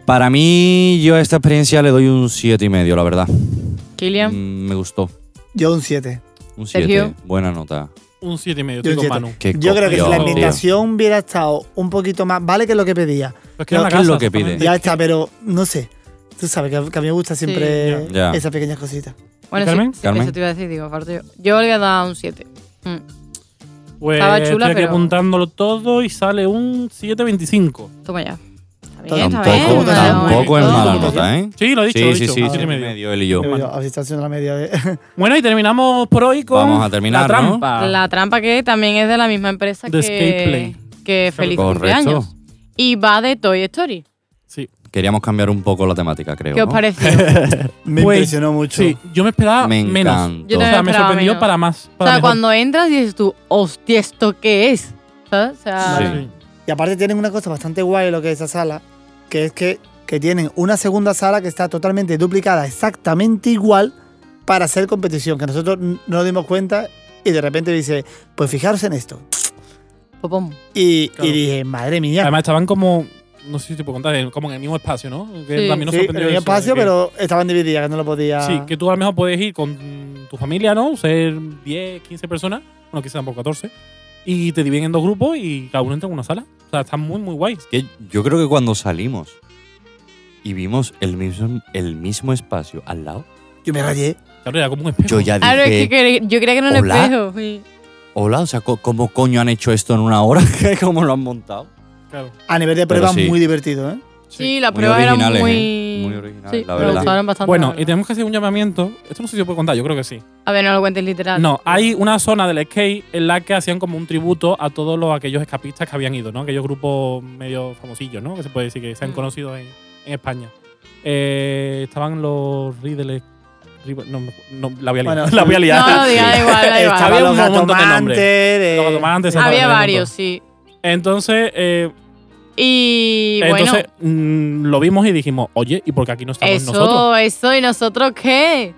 Speaker 4: Para mí, yo a esta experiencia le doy un siete y medio, la verdad.
Speaker 3: Kilian.
Speaker 4: Mm, me gustó.
Speaker 2: Yo un 7.
Speaker 4: Un
Speaker 3: Sergio.
Speaker 4: 7. Buena nota.
Speaker 1: Un 7 y medio,
Speaker 2: Yo
Speaker 1: estoy
Speaker 2: un
Speaker 1: con
Speaker 2: siete.
Speaker 1: Manu.
Speaker 4: Qué
Speaker 2: Yo creo que si
Speaker 4: copión,
Speaker 2: la
Speaker 4: tío.
Speaker 2: ambientación hubiera estado un poquito más, vale que es lo que pedía.
Speaker 1: Pues que era
Speaker 2: No,
Speaker 1: una
Speaker 4: ¿qué es lo
Speaker 1: casa,
Speaker 4: que pide?
Speaker 1: exactamente.
Speaker 2: Ya está, pero no sé. Tú sabes que, que a mí me gusta siempre
Speaker 4: ya. Ya.
Speaker 2: esas pequeñas cositas.
Speaker 3: Bueno,
Speaker 1: ¿Y Carmen?
Speaker 3: Sí, sí,
Speaker 4: Carmen.
Speaker 3: eso te iba a decir, digo, aparte yo. Yo le voy a dar un Mm, 7.
Speaker 1: Pues
Speaker 3: Estaba chula,
Speaker 1: estoy aquí
Speaker 3: pero-
Speaker 1: apuntándolo todo y sale un 7.25.
Speaker 3: Toma ya. Está bien, está bien.
Speaker 4: Tampoco,
Speaker 3: vale, vale.
Speaker 4: tampoco es
Speaker 2: Todo.
Speaker 4: mala nota, ¿eh?
Speaker 1: Sí, lo he dicho,
Speaker 4: sí,
Speaker 1: lo he
Speaker 4: sí,
Speaker 1: dicho.
Speaker 4: sí,
Speaker 1: Un
Speaker 4: sí,
Speaker 1: siete
Speaker 4: y
Speaker 1: y medio.
Speaker 4: medio él y yo.
Speaker 2: Yo, yo, a ver si está haciendo la media de.
Speaker 1: Bueno, y terminamos por hoy con
Speaker 4: Vamos a terminar,
Speaker 1: la
Speaker 4: ¿no?
Speaker 1: trampa.
Speaker 3: La trampa que también es de la misma empresa
Speaker 1: De
Speaker 3: que,
Speaker 1: Escape Play.
Speaker 3: que Feliz
Speaker 4: Correcto.
Speaker 3: Cumpleaños. Y va de Toy Story.
Speaker 1: Sí.
Speaker 4: Queríamos cambiar un poco la temática, creo.
Speaker 3: ¿Qué os
Speaker 4: ¿no?
Speaker 3: parece?
Speaker 2: Me
Speaker 1: Pues,
Speaker 2: impresionó mucho.
Speaker 1: Sí, yo me esperaba
Speaker 4: Me
Speaker 1: menos.
Speaker 4: encantó.
Speaker 3: Yo
Speaker 1: O sea, me
Speaker 3: esperaba
Speaker 1: sorprendió
Speaker 3: menos.
Speaker 1: para más.
Speaker 3: o
Speaker 1: Para
Speaker 3: sea,
Speaker 1: mejor.
Speaker 3: cuando entras y dices tú, hostia, ¿esto qué es? ¿Sabes? O sea,
Speaker 4: Sí.
Speaker 1: Sí.
Speaker 2: Y aparte tienen una cosa bastante guay lo que es esa sala, que es que que tienen una segunda sala que está totalmente duplicada, exactamente igual, para hacer competición, que nosotros n- no nos dimos cuenta y de repente dice, pues fijaros en esto.
Speaker 3: Popom.
Speaker 2: Y, y
Speaker 1: Claro.
Speaker 2: dije, madre mía.
Speaker 1: Además, estaban como. No sé si te puedo contar, en- como en el mismo espacio, ¿no? Que
Speaker 3: Sí.
Speaker 1: a mí nos
Speaker 2: Sí,
Speaker 1: sorprendió
Speaker 2: tenía
Speaker 1: eso, de
Speaker 2: espacio,
Speaker 1: que-
Speaker 2: pero estaban divididas, que no lo podía...
Speaker 1: Sí, que tú a lo mejor puedes ir con tu familia, ¿no? Ser 10, 15 personas, bueno, quizás tampoco 14, y te dividen en dos grupos y cada uno entra en una sala. O sea, está muy, muy guay.
Speaker 4: Que yo creo que cuando salimos y vimos el mismo, el mismo espacio al lado,
Speaker 2: Yo me rayé.
Speaker 1: Claro, era como un espejo.
Speaker 4: yo ya dije,
Speaker 3: Claro, es que cre- yo creía que era un
Speaker 4: hola.
Speaker 3: espejo. sí.
Speaker 4: hola, o sea, co- ¿cómo coño han hecho esto en una hora? ¿Cómo lo han montado?
Speaker 1: Claro.
Speaker 2: A nivel de
Speaker 4: Pero
Speaker 2: prueba,
Speaker 4: sí.
Speaker 2: muy divertido, ¿eh?
Speaker 3: Sí, las
Speaker 4: Muy
Speaker 3: pruebas eran muy.
Speaker 4: originales, ¿eh? Muy originales,
Speaker 3: sí,
Speaker 4: la
Speaker 3: me
Speaker 4: verdad.
Speaker 3: gustaron bastante. la
Speaker 1: Bueno,
Speaker 3: verdad.
Speaker 1: y tenemos que hacer un llamamiento. Esto no sé si lo puedo contar, yo creo que sí.
Speaker 3: A ver, Ah, no lo cuentes literal.
Speaker 1: No, hay una zona del skate en la que hacían como un tributo a todos los, aquellos escapistas que habían ido, ¿no? Aquellos grupos medio famosillos, ¿no? Que se puede decir que se han
Speaker 3: Mm.
Speaker 1: conocido en, en España. Eh, estaban los Riddle. Riddle- No, me- no, la voy a liar.
Speaker 2: Bueno.
Speaker 1: la voy a liar.
Speaker 3: No lo digas, da igual, da igual.
Speaker 2: Estaba
Speaker 1: Había
Speaker 2: los
Speaker 1: un montón de
Speaker 2: gatomantes,
Speaker 1: nombres.
Speaker 2: de-
Speaker 1: Los gatomantes,
Speaker 2: de-
Speaker 1: Había
Speaker 3: Había
Speaker 1: Exactamente.
Speaker 3: varios, sí.
Speaker 1: Entonces, eh,
Speaker 3: Y bueno,
Speaker 1: entonces mm, lo vimos y dijimos, oye, ¿y por qué aquí no estamos
Speaker 3: eso,
Speaker 1: nosotros?
Speaker 3: eso, ¿y nosotros qué?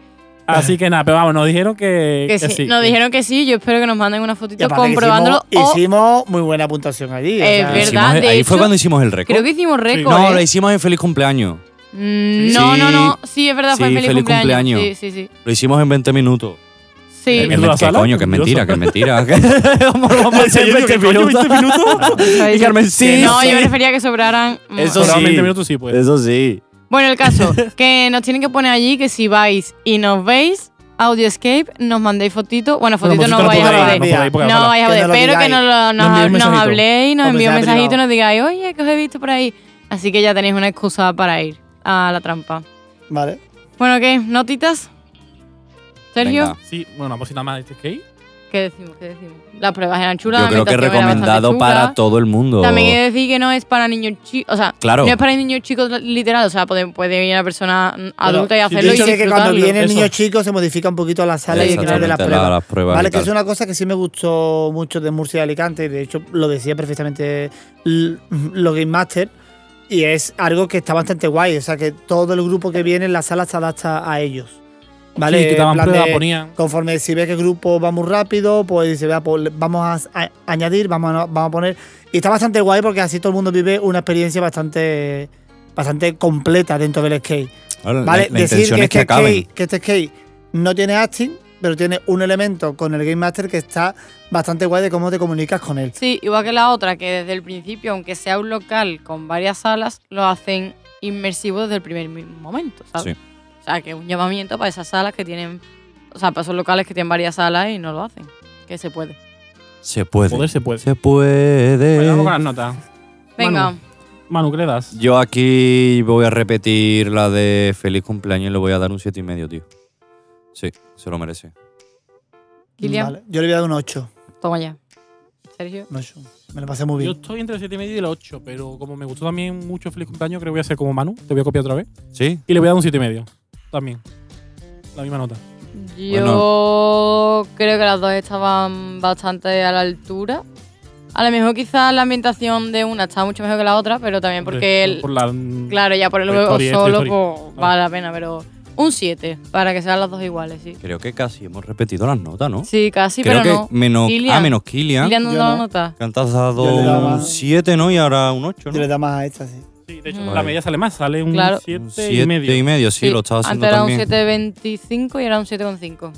Speaker 1: Así que nada, pero vamos, nos dijeron que,
Speaker 3: Que
Speaker 1: que
Speaker 3: sí,
Speaker 1: sí.
Speaker 3: Nos dijeron que sí, yo espero que nos manden una
Speaker 2: Y
Speaker 3: fotito
Speaker 2: aparte que
Speaker 3: comprobándolo. Oh,
Speaker 2: Hicimos,
Speaker 3: o-
Speaker 2: hicimos muy buena puntuación allí. o
Speaker 3: Es
Speaker 2: sea,
Speaker 3: verdad.
Speaker 4: Hicimos-
Speaker 3: de
Speaker 4: ahí fue
Speaker 3: hecho,
Speaker 4: cuando hicimos el récord.
Speaker 3: creo que hicimos récord.
Speaker 4: no, lo
Speaker 3: ¿eh?
Speaker 4: hicimos en Feliz Cumpleaños.
Speaker 3: Mm,
Speaker 4: Sí.
Speaker 3: no, no,
Speaker 4: Sí.
Speaker 3: no. Sí, es verdad, fue
Speaker 4: Sí,
Speaker 3: feliz,
Speaker 4: feliz
Speaker 3: cumpleaños.
Speaker 4: cumpleaños.
Speaker 3: Sí, sí, sí.
Speaker 4: Lo hicimos en 20 minutos.
Speaker 3: Sí.
Speaker 4: Que
Speaker 1: ¿En
Speaker 4: me-
Speaker 1: la
Speaker 4: que
Speaker 1: sala?
Speaker 4: coño, que es mentira, que es mentira. ¿Cómo lo vamos a hacer en
Speaker 1: Yo digo,
Speaker 4: 20
Speaker 1: ¿qué coño,
Speaker 4: minutos?
Speaker 1: 20 minutos?
Speaker 4: Y Carmen, sí,
Speaker 3: no,
Speaker 4: sí.
Speaker 3: yo prefería que sobraran. mm,
Speaker 4: Eso
Speaker 1: Pero
Speaker 4: sí.
Speaker 1: 20 minutos sí, pues.
Speaker 4: Eso sí.
Speaker 3: Bueno, el caso, que nos tienen que poner allí que si vais y nos veis, Audioscape, nos mandéis fotito. Bueno,
Speaker 1: Pero
Speaker 3: fotito no
Speaker 1: vosotros
Speaker 3: vais a
Speaker 2: podéis,
Speaker 3: poder.
Speaker 2: no
Speaker 1: podéis, porque
Speaker 3: No
Speaker 1: ahora-
Speaker 3: vais a
Speaker 2: que
Speaker 3: poder,
Speaker 2: nos lo
Speaker 3: pero que
Speaker 2: digáis.
Speaker 3: nos, lo-
Speaker 1: Nos enviéis
Speaker 3: nos,
Speaker 1: un
Speaker 3: nos
Speaker 1: mensajito.
Speaker 3: habléis, nos
Speaker 2: Un
Speaker 3: enviéis un
Speaker 2: mensaje
Speaker 3: mensajito y
Speaker 2: privado.
Speaker 3: nos digáis, oye, que os he visto por ahí. Así que ya tenéis una excusa para ir a la trampa.
Speaker 2: Vale.
Speaker 3: Bueno, ¿qué? ¿Notitas? Sergio,
Speaker 4: Venga.
Speaker 1: Sí, bueno, una cosita más de este skate.
Speaker 3: ¿qué decimos? ¿Qué decimos? Las pruebas eran chulas.
Speaker 4: Yo creo
Speaker 3: la
Speaker 4: que
Speaker 3: ambientación era
Speaker 4: recomendado
Speaker 3: bastante
Speaker 4: para
Speaker 3: chula.
Speaker 4: todo el mundo.
Speaker 3: También hay que decir que no es para niños chicos, o sea,
Speaker 4: Claro.
Speaker 3: no es para niños chicos literal, o sea, puede, puede venir una persona mm, adulta y
Speaker 1: si
Speaker 2: Yo
Speaker 3: hacerlo y
Speaker 2: sé que cuando
Speaker 3: disfrutarlo.
Speaker 2: viene el
Speaker 1: eso.
Speaker 2: niño chico se modifica un poquito la sala y el
Speaker 4: Exactamente,
Speaker 2: de las
Speaker 4: la-
Speaker 2: pruebas.
Speaker 4: las pruebas
Speaker 2: Vale,
Speaker 4: y
Speaker 2: que
Speaker 4: tal.
Speaker 2: es una cosa que sí me gustó mucho de Murcia y Alicante, y de hecho lo decía perfectamente l- lo Game Master, y es algo que está bastante guay, o sea que todo el grupo que viene en la sala se adapta a ellos. ¿Vale?
Speaker 1: Sí, quitaban
Speaker 2: En plan
Speaker 1: pruebas,
Speaker 2: de-
Speaker 1: ponían.
Speaker 2: Conforme si ves que el grupo va muy rápido, pues dice, vea, pues le- vamos a, a- añadir, vamos a, vamos a poner. Y está bastante guay porque así todo el mundo vive una experiencia bastante, bastante completa dentro del skate.
Speaker 4: Ahora, la-
Speaker 2: ¿Vale?
Speaker 4: la
Speaker 2: Decir
Speaker 4: intención
Speaker 2: que,
Speaker 4: es que
Speaker 2: este
Speaker 4: acaben.
Speaker 2: skate, que este skate no tiene acting, pero tiene un elemento con el Game Master que está bastante guay de cómo te comunicas con él.
Speaker 3: Sí, igual que la otra, que desde el principio, aunque sea un local con varias salas, lo hacen inmersivo desde el primer mi- momento, ¿sabes?
Speaker 4: Sí.
Speaker 3: O sea, que es un llamamiento para esas salas que tienen, o sea, para esos locales que tienen varias salas y no lo hacen, que se puede.
Speaker 4: Se puede.
Speaker 1: Poder se puede.
Speaker 4: Se puede.
Speaker 1: Bueno, vamos con las notas.
Speaker 3: Venga,
Speaker 1: Manu. Manu, ¿qué le das?
Speaker 4: Yo aquí voy a repetir la de feliz cumpleaños y le voy a dar un siete y medio, tío. Sí, se lo merece.
Speaker 3: Kilian,
Speaker 2: Vale, Yo le voy a dar un 8.
Speaker 3: toma ya. Sergio,
Speaker 2: un 8. Me lo pasé muy
Speaker 1: Yo
Speaker 2: bien.
Speaker 1: estoy entre el 7 y medio y el 8, pero como me gustó también mucho Feliz Cumpleaños, creo que voy a hacer como Manu. Te voy a copiar otra vez.
Speaker 4: ¿Sí?
Speaker 1: Y le voy a dar un 7 y medio. También. La misma nota.
Speaker 3: yo creo que las dos estaban bastante a la altura. A lo mejor quizás la ambientación de una estaba mucho mejor que la otra, pero también
Speaker 1: Hombre,
Speaker 3: porque el,
Speaker 1: por la,
Speaker 3: Claro, ya por el
Speaker 1: Toy
Speaker 3: juego
Speaker 1: Story,
Speaker 3: solo
Speaker 1: Toy Story.
Speaker 3: pues, vale la pena, pero un 7 para que sean las dos iguales, sí.
Speaker 4: Creo que casi hemos repetido las notas, ¿no?
Speaker 3: Sí, casi,
Speaker 4: Creo
Speaker 3: pero
Speaker 4: que
Speaker 3: no.
Speaker 4: menos,
Speaker 3: Kilian.
Speaker 4: ah, menos Kilian.
Speaker 3: Kilian no
Speaker 2: Yo
Speaker 3: lo
Speaker 2: no.
Speaker 3: nota.
Speaker 4: Que antes has dado
Speaker 2: Yo le daba-
Speaker 4: un 7, ¿no? Y ahora un 8,
Speaker 2: Yo le
Speaker 4: ¿no?
Speaker 2: da más a esta, sí.
Speaker 1: Sí, de hecho,
Speaker 3: Mm.
Speaker 1: la media sale más. Sale un
Speaker 3: Claro.
Speaker 1: 7
Speaker 4: Un
Speaker 1: y
Speaker 4: siete
Speaker 1: medio.
Speaker 4: sí, lo estaba haciendo
Speaker 3: Antes era
Speaker 4: también.
Speaker 3: un 7.25 y era un 7.5.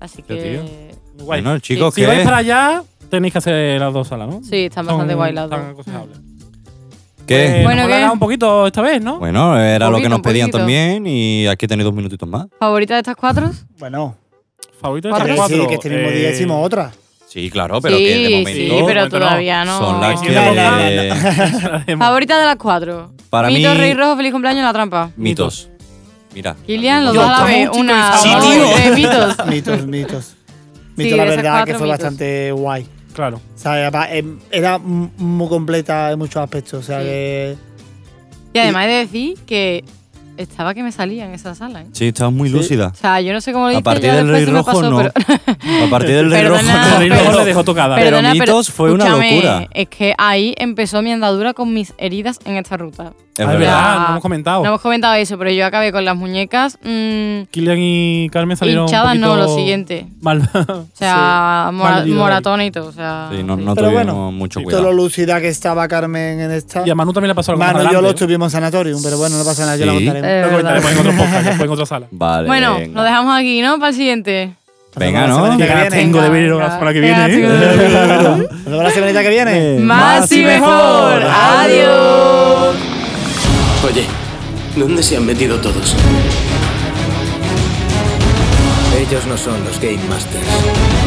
Speaker 3: Así
Speaker 4: Hostia,
Speaker 3: que.
Speaker 1: Muy guay.
Speaker 4: Bueno, chicos,
Speaker 1: si
Speaker 4: que
Speaker 1: vais para allá, tenéis que hacer las dos salas, ¿no?
Speaker 3: Sí, están
Speaker 1: Son
Speaker 3: bastante guay las
Speaker 1: tan
Speaker 3: dos.
Speaker 1: aconsejables.
Speaker 4: ¿Qué?
Speaker 1: Eh,
Speaker 3: Bueno,
Speaker 1: nos
Speaker 3: ¿qué?
Speaker 1: alarga un poquito esta vez, ¿no?
Speaker 4: Bueno, era lo que
Speaker 3: Poquito,
Speaker 4: nos pedían
Speaker 3: poquito.
Speaker 4: también y aquí tenéis dos minutitos más.
Speaker 3: ¿Favorita de estas cuatro?
Speaker 2: Bueno,
Speaker 1: Favorito de
Speaker 2: que
Speaker 1: estas
Speaker 2: sí,
Speaker 1: cuatro.
Speaker 2: que este mismo
Speaker 1: eh,
Speaker 2: día hicimos otra.
Speaker 4: Sí, claro, pero
Speaker 3: sí,
Speaker 4: que de momento
Speaker 3: sí, pero
Speaker 1: momento no.
Speaker 3: todavía no.
Speaker 4: son las que...
Speaker 1: la demo.
Speaker 3: Favorita de las cuatro.
Speaker 4: Para
Speaker 3: Mito,
Speaker 4: mí-
Speaker 3: Rey Rojo, feliz cumpleaños en la trampa.
Speaker 4: mitos. Mira.
Speaker 3: Kilian, los
Speaker 4: Yo
Speaker 3: dos a la
Speaker 4: también.
Speaker 3: vez. Una.
Speaker 4: Sí,
Speaker 3: dos,
Speaker 4: tío.
Speaker 3: tres mitos.
Speaker 2: Mitos, mitos. Mito,
Speaker 3: de
Speaker 2: la
Speaker 3: esas
Speaker 2: verdad, que
Speaker 3: cuatro,
Speaker 2: fue
Speaker 3: mitos.
Speaker 2: bastante guay.
Speaker 1: Claro.
Speaker 2: O sea, apa- em, era m- muy completa en muchos aspectos. O sea,
Speaker 3: Sí.
Speaker 2: que.
Speaker 3: Y además he de decir que Estaba que me salía en esa sala, ¿eh?
Speaker 4: Sí, estabas muy
Speaker 2: Sí.
Speaker 4: lúcida.
Speaker 3: O sea, yo no sé cómo lo hice.
Speaker 4: A partir
Speaker 3: ya
Speaker 4: del
Speaker 3: después
Speaker 4: Rey
Speaker 3: se me
Speaker 4: Rojo,
Speaker 3: pasó,
Speaker 4: no.
Speaker 3: pero-
Speaker 4: A partir del Rey Rojo,
Speaker 3: Perdona,
Speaker 4: no.
Speaker 1: El Rey Rojo
Speaker 3: Ah, pero-
Speaker 1: le dejó tocada.
Speaker 4: Pero
Speaker 3: Perdona, pero
Speaker 4: Mitos fue una
Speaker 3: escúchame,
Speaker 4: locura.
Speaker 3: Es que ahí empezó mi andadura con mis heridas en esta ruta.
Speaker 4: Es
Speaker 1: Ah,
Speaker 4: verdad.
Speaker 1: es verdad,
Speaker 3: Ya.
Speaker 1: no hemos comentado.
Speaker 3: No hemos comentado eso, pero yo acabé con las muñecas mm,
Speaker 1: Kilian y Carmen salieron. un
Speaker 3: hinchadas, no,
Speaker 1: poquito
Speaker 3: lo siguiente.
Speaker 1: Mal.
Speaker 3: O sea, mora-
Speaker 1: Mal lidiado ahí.
Speaker 3: moratón y todo. O sea,
Speaker 4: Sí, no, no
Speaker 2: Pero
Speaker 4: tuvimos
Speaker 2: bueno,
Speaker 4: mucho
Speaker 2: Todo lo
Speaker 4: cuidado.
Speaker 2: lúcida que estaba Carmen en esta.
Speaker 1: y a Manu también le pasó algo
Speaker 2: Mano,
Speaker 1: más
Speaker 2: yo
Speaker 1: adelante,
Speaker 2: lo
Speaker 1: ¿eh?
Speaker 2: estuvimos en sanatorium, pero bueno, no pasa nada, yo lo
Speaker 4: Sí.
Speaker 2: contaré.
Speaker 3: Eh,
Speaker 1: Lo comentaremos en
Speaker 3: verdad.
Speaker 1: otro podcast, después en otra sala.
Speaker 4: Vale.
Speaker 3: Bueno,
Speaker 4: venga.
Speaker 3: lo dejamos aquí, ¿no? Para el siguiente.
Speaker 4: Venga,
Speaker 2: Nos
Speaker 4: ¿no?
Speaker 2: vemos la semana
Speaker 1: Ganas
Speaker 2: que viene.
Speaker 1: tengo de
Speaker 3: venga,
Speaker 1: ver la
Speaker 3: venga.
Speaker 1: semana que
Speaker 3: Venga,
Speaker 1: viene.
Speaker 3: chicos.
Speaker 1: ¿eh?
Speaker 2: Nos vemos la semanita que
Speaker 4: Eh,
Speaker 2: viene.
Speaker 3: Más y mejor. Adiós.
Speaker 6: Oye, ¿dónde se han metido todos? Ellos no son los Game Masters.